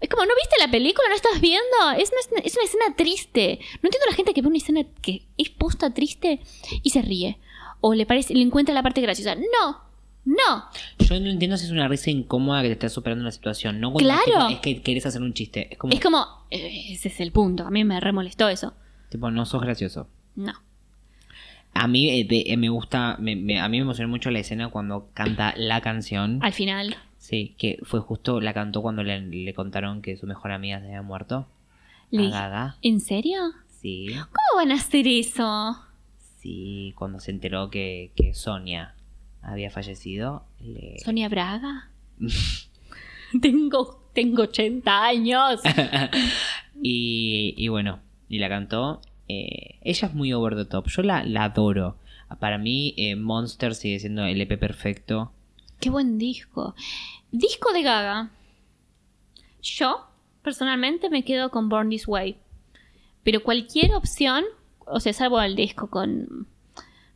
Speaker 2: Es como, ¿no viste la película? ¿No estás viendo? Es una, escena- es una escena triste. No entiendo la gente que ve una escena que es posta triste y se ríe. O le parece, le encuentra la parte graciosa. No, no.
Speaker 3: Yo no entiendo si es una risa incómoda que te está superando una situación. No cuando
Speaker 2: Claro.
Speaker 3: tipo, es que querés hacer un chiste. Es como,
Speaker 2: Es como, eh, ese es el punto. A mí me remolestó eso.
Speaker 3: tipo, no sos gracioso.
Speaker 2: No.
Speaker 3: A mí eh, de- eh, me gusta, me- me- a mí me emocionó mucho la escena cuando canta la canción.
Speaker 2: Al final.
Speaker 3: Sí, que fue justo, la cantó cuando le, le contaron que su mejor amiga se había muerto.
Speaker 2: Le
Speaker 3: A
Speaker 2: dije,
Speaker 3: Gaga.
Speaker 2: ¿En serio?
Speaker 3: Sí,
Speaker 2: ¿Cómo van a hacer eso?
Speaker 3: sí, cuando se enteró que, que Sonia había fallecido. le-
Speaker 2: ¿Sonia Braga? tengo, tengo 80 años.
Speaker 3: Y, y bueno, y la cantó. Eh, ella es muy over the top. Yo la, la adoro. Para mí, eh, Monster sigue siendo el EP perfecto.
Speaker 2: Qué buen disco. Disco de Gaga. Yo, personalmente, me quedo con Born This Way. Pero cualquier opción, o sea, salvo el disco con.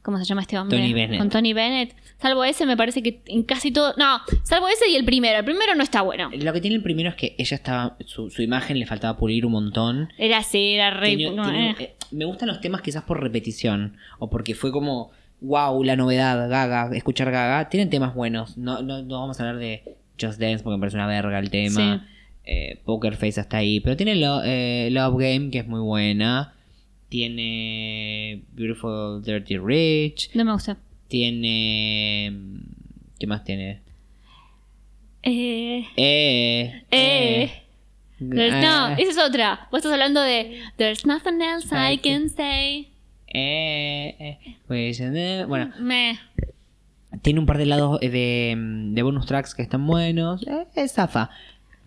Speaker 2: ¿Cómo se llama este hombre?
Speaker 3: Tony Bennett.
Speaker 2: Con Tony Bennett. Salvo ese, me parece que en casi todo. No, salvo ese y el primero. El primero no está bueno.
Speaker 3: Lo que tiene el primero es que ella estaba. Su, su imagen le faltaba pulir un montón.
Speaker 2: Era así, era re.
Speaker 3: Tenía-
Speaker 2: no,
Speaker 3: tenía-
Speaker 2: eh.
Speaker 3: eh, me gustan los temas quizás por repetición. O porque fue como. Wow, la novedad, Gaga, escuchar Gaga. Tienen temas buenos. No, no, no vamos a hablar de Just Dance porque me parece una verga el tema. Eh, Poker Face hasta ahí. Pero tiene lo- eh, Love Game, que es muy buena. Tiene Beautiful Dirty Rich.
Speaker 2: No me gusta.
Speaker 3: Tiene. ¿Qué más tiene?
Speaker 2: Eh,
Speaker 3: Eh.
Speaker 2: eh. There's-
Speaker 3: ah,
Speaker 2: no, esa es otra. Vos estás hablando de There's nothing else I
Speaker 3: Ay, sí.
Speaker 2: can say.
Speaker 3: eh, eh. Pues, eh, Bueno,
Speaker 2: Me.
Speaker 3: tiene un par de lados eh, de, de bonus tracks que están buenos. Eh, es zafa.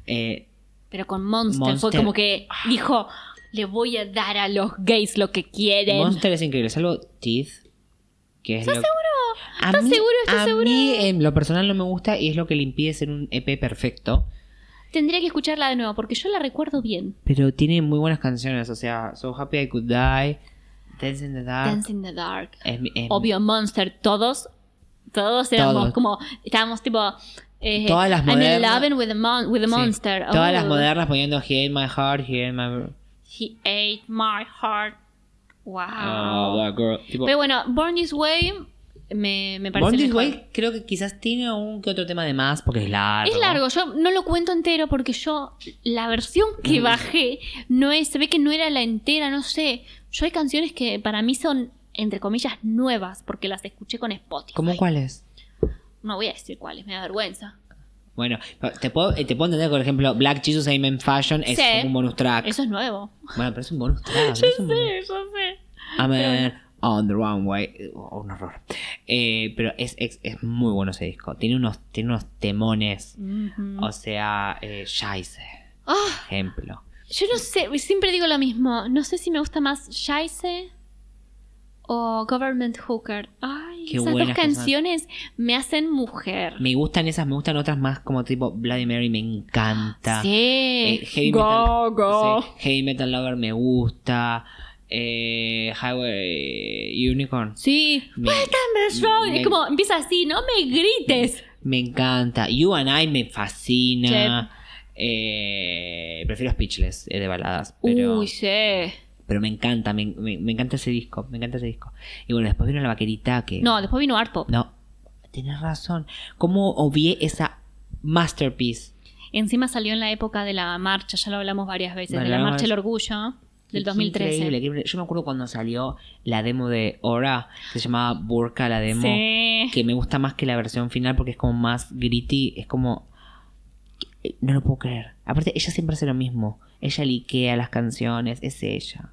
Speaker 3: Eh,
Speaker 2: Pero con Monster, fue
Speaker 3: Monster.
Speaker 2: como que dijo, le voy a dar a los gays lo que quieren.
Speaker 3: Monster es increíble, salvo Teeth. Que es lo-
Speaker 2: seguro?
Speaker 3: A
Speaker 2: ¿Estás
Speaker 3: mí-
Speaker 2: seguro? ¿Estás
Speaker 3: a
Speaker 2: seguro?
Speaker 3: mí en lo personal no me gusta y es lo que le impide ser un EP perfecto.
Speaker 2: Tendría que escucharla de nuevo porque yo la recuerdo bien.
Speaker 3: Pero tiene muy buenas canciones, o sea, So Happy I Could Die, Dance in the Dark.
Speaker 2: Dance in the Dark.
Speaker 3: es mi- es mi-
Speaker 2: Obvio, Monster, todos, todos éramos
Speaker 3: em, Todos.
Speaker 2: como, estábamos tipo... eh,
Speaker 3: Todas las
Speaker 2: I'm in
Speaker 3: modernas-
Speaker 2: love with the, mon- with the
Speaker 3: sí.
Speaker 2: monster.
Speaker 3: Todas
Speaker 2: Oh.
Speaker 3: las modernas poniendo He Ate My Heart, He Ate My...
Speaker 2: He ate my heart. Wow.
Speaker 3: Oh, that girl. Tipo,
Speaker 2: Ah. Pero bueno, Born This Way me, me parece
Speaker 3: Born This
Speaker 2: mejor.
Speaker 3: Way creo que quizás tiene un que otro tema de más porque es largo.
Speaker 2: Es largo, yo no lo cuento entero porque yo la versión
Speaker 3: Mm.
Speaker 2: que bajé no es, se ve que no era la entera, no sé. Yo hay canciones que para mí son entre comillas nuevas porque las escuché con Spotify.
Speaker 3: ¿Cómo cuáles?
Speaker 2: No voy a decir cuáles, me da vergüenza.
Speaker 3: Bueno, te puedo, eh, te puedo entender, por ejemplo, Black Jesus Amen Fashion es
Speaker 2: Sí.
Speaker 3: como un bonus track.
Speaker 2: Eso es nuevo.
Speaker 3: Ah. Bueno, pero es un bonus track. no es un bonus-
Speaker 2: Sí, yo sé.
Speaker 3: A ver, On the Runway. eh, oh, un horror. Eh, pero es, es, es muy bueno ese disco. Tiene unos, tiene unos temones.
Speaker 2: Ujú.
Speaker 3: O sea, eh, Shice,
Speaker 2: Ah,
Speaker 3: ejemplo.
Speaker 2: yo no sé, siempre digo lo mismo. No sé si me gusta más Shice o Government Hooker. Ay,
Speaker 3: Qué
Speaker 2: esas dos
Speaker 3: buenas que son.
Speaker 2: canciones me hacen mujer.
Speaker 3: Me gustan esas, me gustan otras más como tipo Bloody Mary, me encanta.
Speaker 2: Sí.
Speaker 3: Eh, heavy
Speaker 2: go,
Speaker 3: metal,
Speaker 2: go.
Speaker 3: sí, heavy metal Lover me gusta. Eh, Highway Unicorn.
Speaker 2: Sí.
Speaker 3: Me-
Speaker 2: Welcome to the show.
Speaker 3: me-
Speaker 2: Es como, empieza así, no me grites.
Speaker 3: Me encanta. You and I me fascina. Eh, prefiero Speechless eh, de baladas. Pero...
Speaker 2: Uy, sí.
Speaker 3: Pero me encanta, me, me- me encanta ese disco, me encanta ese disco. Y bueno, después vino la vaquerita que...
Speaker 2: No, después vino Art Pop.
Speaker 3: No, tenés razón. ¿Cómo obvié esa masterpiece?
Speaker 2: Encima salió en la época de la marcha, ya lo hablamos varias veces, de la
Speaker 3: Hablamos-
Speaker 2: marcha del orgullo del
Speaker 3: Qué
Speaker 2: 2013.
Speaker 3: Increíble, qué increíble. Yo me acuerdo cuando salió la demo de Ora, que se llamaba Burka la demo,
Speaker 2: Sí.
Speaker 3: que me gusta más que la versión final porque es como más gritty, es como... eh, No lo puedo creer. Aparte, ella siempre hace lo mismo. Ella liquea las canciones, es ella.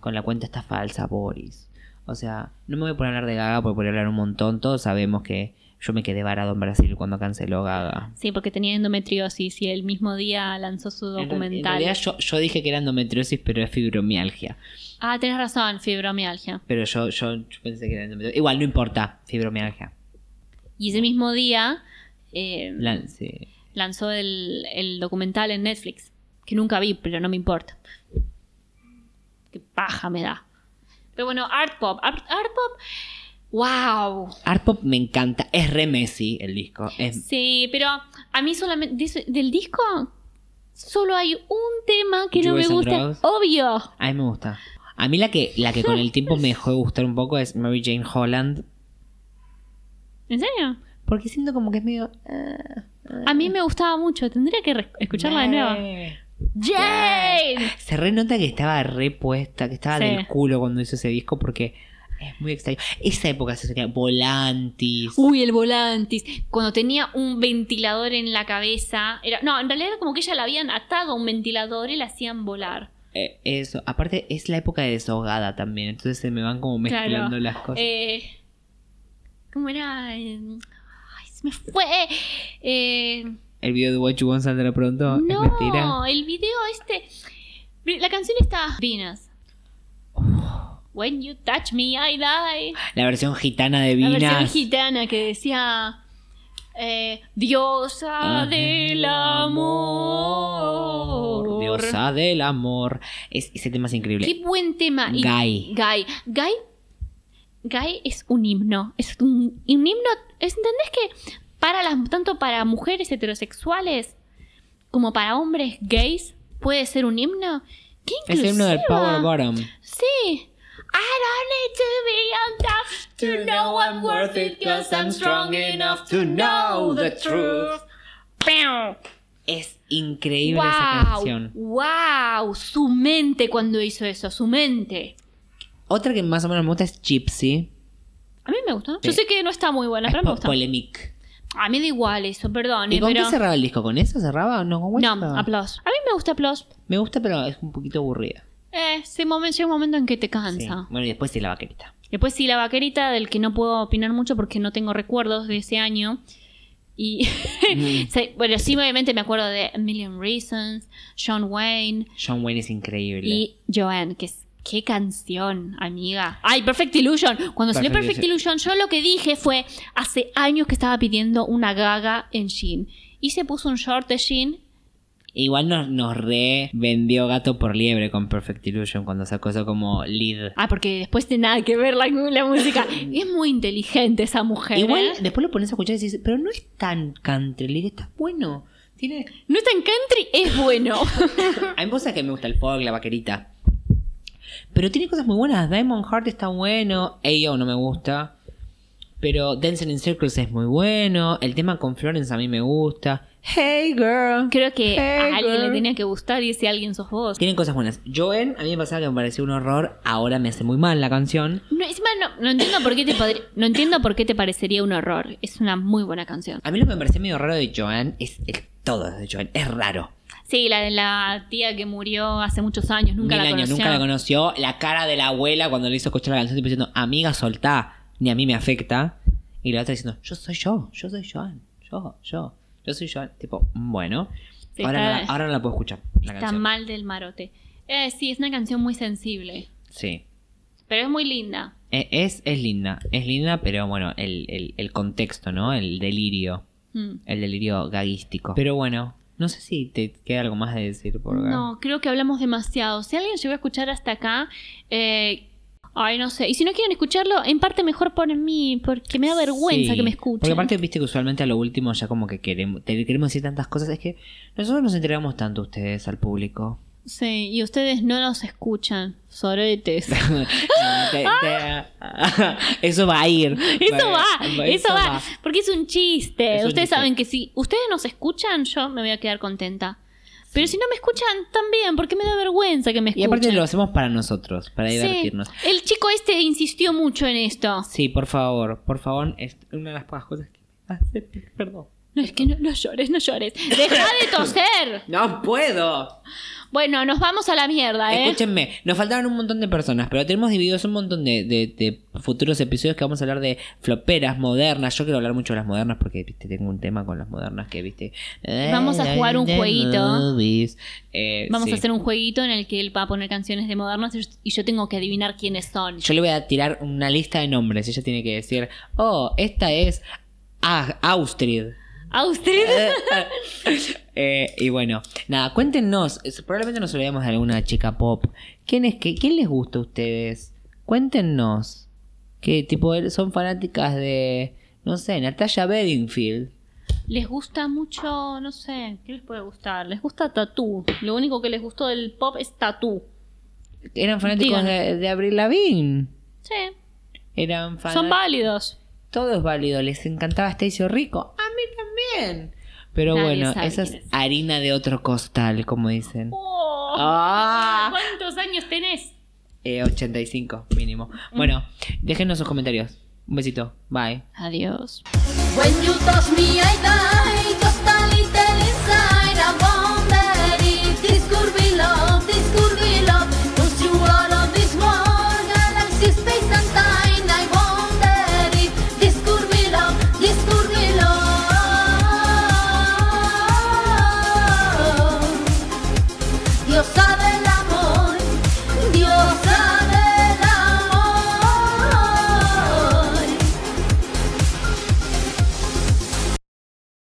Speaker 3: Con la cuenta está falsa, Boris. O sea, no me voy a poner a hablar de Gaga porque podría hablar un montón. Todos sabemos que yo me quedé varado en Brasil cuando canceló Gaga.
Speaker 2: Sí, porque tenía endometriosis y el mismo día lanzó su
Speaker 3: En real- En
Speaker 2: documental.
Speaker 3: realidad yo, yo dije que era endometriosis, pero es fibromialgia.
Speaker 2: Ah, tenés razón, fibromialgia.
Speaker 3: Pero yo, yo, yo pensé que era endometriosis. Igual, no importa, fibromialgia.
Speaker 2: Y ese mismo día eh,
Speaker 3: La- sí.
Speaker 2: lanzó el, el documental en Netflix, que nunca vi, pero no me importa. Qué paja me da. Pero bueno, Art Pop. Art, Art Pop, wow.
Speaker 3: Art Pop me encanta. Es re Messi el disco. Es,
Speaker 2: Sí, pero a mí solamente, de ese- del disco, solo hay un tema que no me
Speaker 3: Jewels and
Speaker 2: gusta.
Speaker 3: Drugs.
Speaker 2: Obvio.
Speaker 3: a mí me gusta. A mí la que, la que con el tiempo me dejó de gustar un poco es Mary Jane Holland.
Speaker 2: ¿En serio?
Speaker 3: Porque siento como que es medio... eh,
Speaker 2: A mí me gustaba mucho. Tendría que re- escucharla de nuevo.
Speaker 3: Eh.
Speaker 2: ¡Jane!
Speaker 3: Se re nota que estaba repuesta, que estaba
Speaker 2: Sí.
Speaker 3: del culo cuando hizo ese disco porque es muy extraño. Esa época se sería Volantis.
Speaker 2: Uy, el Volantis. Cuando tenía un ventilador en la cabeza. Era, no, en realidad era como que ella la habían atado a un ventilador y la hacían volar.
Speaker 3: Eh, eso, aparte es la época de desahogada también, entonces se me van como mezclando
Speaker 2: Claro.
Speaker 3: las cosas.
Speaker 2: Eh, ¿Cómo era? Eh, Ay, se me fue. Eh,
Speaker 3: el video de What You Want saldrá pronto, es mentira.
Speaker 2: no, el video este. La canción está. Venus. When you touch me, I die.
Speaker 3: La versión gitana de
Speaker 2: La versión
Speaker 3: Vinas.
Speaker 2: gitana que decía eh, Diosa
Speaker 3: Ah,
Speaker 2: del
Speaker 3: el
Speaker 2: amor.
Speaker 3: Diosa del amor. Es- ese tema es increíble.
Speaker 2: Qué buen tema. Y-
Speaker 3: Guy.
Speaker 2: Guy. Guy. Guy es un himno. Es un, un himno. es- ¿Entendés que para las, tanto para mujeres heterosexuales como para hombres gays puede ser un himno? ¡Qué
Speaker 3: Es el himno del
Speaker 2: inclusiva!
Speaker 3: Power Bottom.
Speaker 2: Sí. I don't need to be on top to know I'm worth it because I'm strong enough to know the truth. ¡Pew!
Speaker 3: Es increíble esa
Speaker 2: ¡Wow!
Speaker 3: canción.
Speaker 2: ¡Wow! Su mente cuando hizo eso, su mente.
Speaker 3: Otra que más o menos me gusta es Gypsy.
Speaker 2: A mí me gusta.
Speaker 3: Sí.
Speaker 2: Yo sé que no está muy buena,
Speaker 3: Es
Speaker 2: pero me
Speaker 3: po-
Speaker 2: gusta.
Speaker 3: polemic.
Speaker 2: A mí da igual eso, perdón.
Speaker 3: ¿Y
Speaker 2: eh,
Speaker 3: con
Speaker 2: pero...
Speaker 3: qué cerraba el disco? ¿Con esa cerraba? No, con Wake
Speaker 2: No,
Speaker 3: Up.
Speaker 2: aplausos. A mí me gusta aplausos.
Speaker 3: Me gusta, pero es un poquito aburrida.
Speaker 2: Eh, ese momento, llega un momento en que te
Speaker 3: Sí.
Speaker 2: cansa.
Speaker 3: Bueno, y después sí la vaquerita.
Speaker 2: Después sí, La Vaquerita, del que no puedo opinar mucho porque no tengo recuerdos de ese año. Y
Speaker 3: Mm.
Speaker 2: sí, bueno, sí, obviamente me acuerdo de A Million Reasons, John Wayne
Speaker 3: John Wayne es increíble.
Speaker 2: y Joanne, que es... ¡Qué canción, amiga! ¡Ay, Perfect Illusion! Cuando salió
Speaker 3: Perfect
Speaker 2: Perfect Illusion, yo lo que dije fue, hace años que estaba pidiendo una gaga en jean. Y se puso un short de jean
Speaker 3: Igual nos, nos re vendió gato por liebre con Perfect Illusion cuando sacó eso como lead.
Speaker 2: Ah, porque después tiene nada que ver la, la música. Y es muy inteligente esa mujer.
Speaker 3: Igual
Speaker 2: ¿eh?
Speaker 3: después lo pones a escuchar y dices, pero no es tan country, le digo, está bueno. Tiene...
Speaker 2: No es tan country, es bueno.
Speaker 3: Hay cosas que me gusta, el folk, la vaquerita. Pero tiene cosas muy buenas. Diamond Heart está bueno. AO no me gusta. Pero Dancing in Circles es muy bueno. El tema con Florence a mí me gusta. Hey girl.
Speaker 2: Creo que
Speaker 3: Hey,
Speaker 2: a alguien le
Speaker 3: girl.
Speaker 2: tenía que gustar y ese alguien sos vos.
Speaker 3: Tienen cosas buenas. Joen, a mí me pasaba que me pareció un horror. Ahora me hace muy mal la canción.
Speaker 2: No, encima no, no entiendo por qué te podri- no entiendo por qué te parecería un horror. Es una muy buena canción.
Speaker 3: A mí lo que me parecía medio raro de Joan es el todo de Joan. Es raro.
Speaker 2: Sí, la de la tía que murió hace muchos años, nunca
Speaker 3: Mil
Speaker 2: la
Speaker 3: años,
Speaker 2: conoció.
Speaker 3: nunca la conoció. La cara de la abuela cuando le hizo escuchar la canción, tipo diciendo, amiga, soltá, ni a mí me afecta. Y la otra diciendo, yo soy yo, yo soy Joan, yo, yo, yo soy Joan. Tipo, bueno,
Speaker 2: Sí,
Speaker 3: ahora,
Speaker 2: está-
Speaker 3: no la, ahora no la puedo escuchar. La
Speaker 2: Está
Speaker 3: canción.
Speaker 2: mal del marote. Eh, sí, es una canción muy sensible,
Speaker 3: Sí.
Speaker 2: pero es muy linda.
Speaker 3: E- Es, es linda, es linda, pero bueno, el, el, el contexto, ¿no? El delirio,
Speaker 2: Mm.
Speaker 3: el delirio gaguístico. Pero bueno, no sé si te queda algo más de decir por acá.
Speaker 2: No, creo que hablamos demasiado. Si alguien llegó a escuchar hasta acá, eh, ay, no sé. Y si no quieren escucharlo, en parte mejor por mí, porque me da vergüenza
Speaker 3: Sí,
Speaker 2: que me escuchen.
Speaker 3: Porque aparte, viste que usualmente a lo último ya como que queremos, te- queremos decir tantas cosas. Es que nosotros nos entregamos tanto a ustedes, al público.
Speaker 2: Sí, y ustedes no nos escuchan. Soretes.
Speaker 3: No, te- te- eso va a ir.
Speaker 2: Ah. Eso va, eso va, porque es un chiste.
Speaker 3: Es un
Speaker 2: ustedes
Speaker 3: chiste.
Speaker 2: saben que si ustedes nos escuchan, yo me voy a quedar contenta. Pero si no me escuchan, también, porque me da vergüenza que me escuchen.
Speaker 3: Y aparte lo hacemos para nosotros, para
Speaker 2: Sí.
Speaker 3: divertirnos. Sí,
Speaker 2: El chico este insistió mucho en esto.
Speaker 3: por favor, por favor, es una de las pocas cosas que me hace- Perdón.
Speaker 2: No, es que no, no llores, no llores. Deja de toser.
Speaker 3: ¡No puedo!
Speaker 2: Bueno, nos vamos a la mierda, ¿eh?
Speaker 3: Escúchenme, nos faltaron un montón de personas, pero tenemos divididos un montón de, de- de futuros episodios que vamos a hablar de floperas modernas. Yo quiero hablar mucho de las modernas porque viste tengo un tema con las modernas que viste.
Speaker 2: Vamos a jugar un
Speaker 3: The
Speaker 2: jueguito.
Speaker 3: movies. Eh,
Speaker 2: Vamos
Speaker 3: sí.
Speaker 2: a hacer un jueguito en el que él va a poner canciones de modernas y yo- y yo tengo que adivinar quiénes son.
Speaker 3: Yo le voy a tirar una lista de nombres. Ella tiene que decir, oh, esta es A- Austrid.
Speaker 2: Austria.
Speaker 3: Eh, y bueno, nada, cuéntenos, es- probablemente nos olvidamos de alguna chica pop. ¿Quién es que, quién les gusta a ustedes? Cuéntenos. ¿Qué tipo de- son fanáticas de no sé, Natalia Bedingfield?
Speaker 2: Les gusta mucho, no sé, ¿qué les puede gustar? Les gusta Tatú. Lo único que les gustó del pop es Tatú.
Speaker 3: Eran fanáticos
Speaker 2: Digan.
Speaker 3: de, de Avril Lavigne.
Speaker 2: Sí,
Speaker 3: Eran fan
Speaker 2: son válidos.
Speaker 3: Todo es válido, les encantaba Stacio Rico. A mí también. Pero
Speaker 2: Nadie
Speaker 3: bueno,
Speaker 2: sabe
Speaker 3: esa es
Speaker 2: quién es.
Speaker 3: harina de otro costal, como dicen.
Speaker 2: Oh,
Speaker 3: Ah.
Speaker 2: ¿Cuántos años tenés?
Speaker 3: Eh, 85 mínimo. Bueno, déjenos sus comentarios. Un besito. Bye.
Speaker 2: Adiós.
Speaker 1: When you touch me, I die.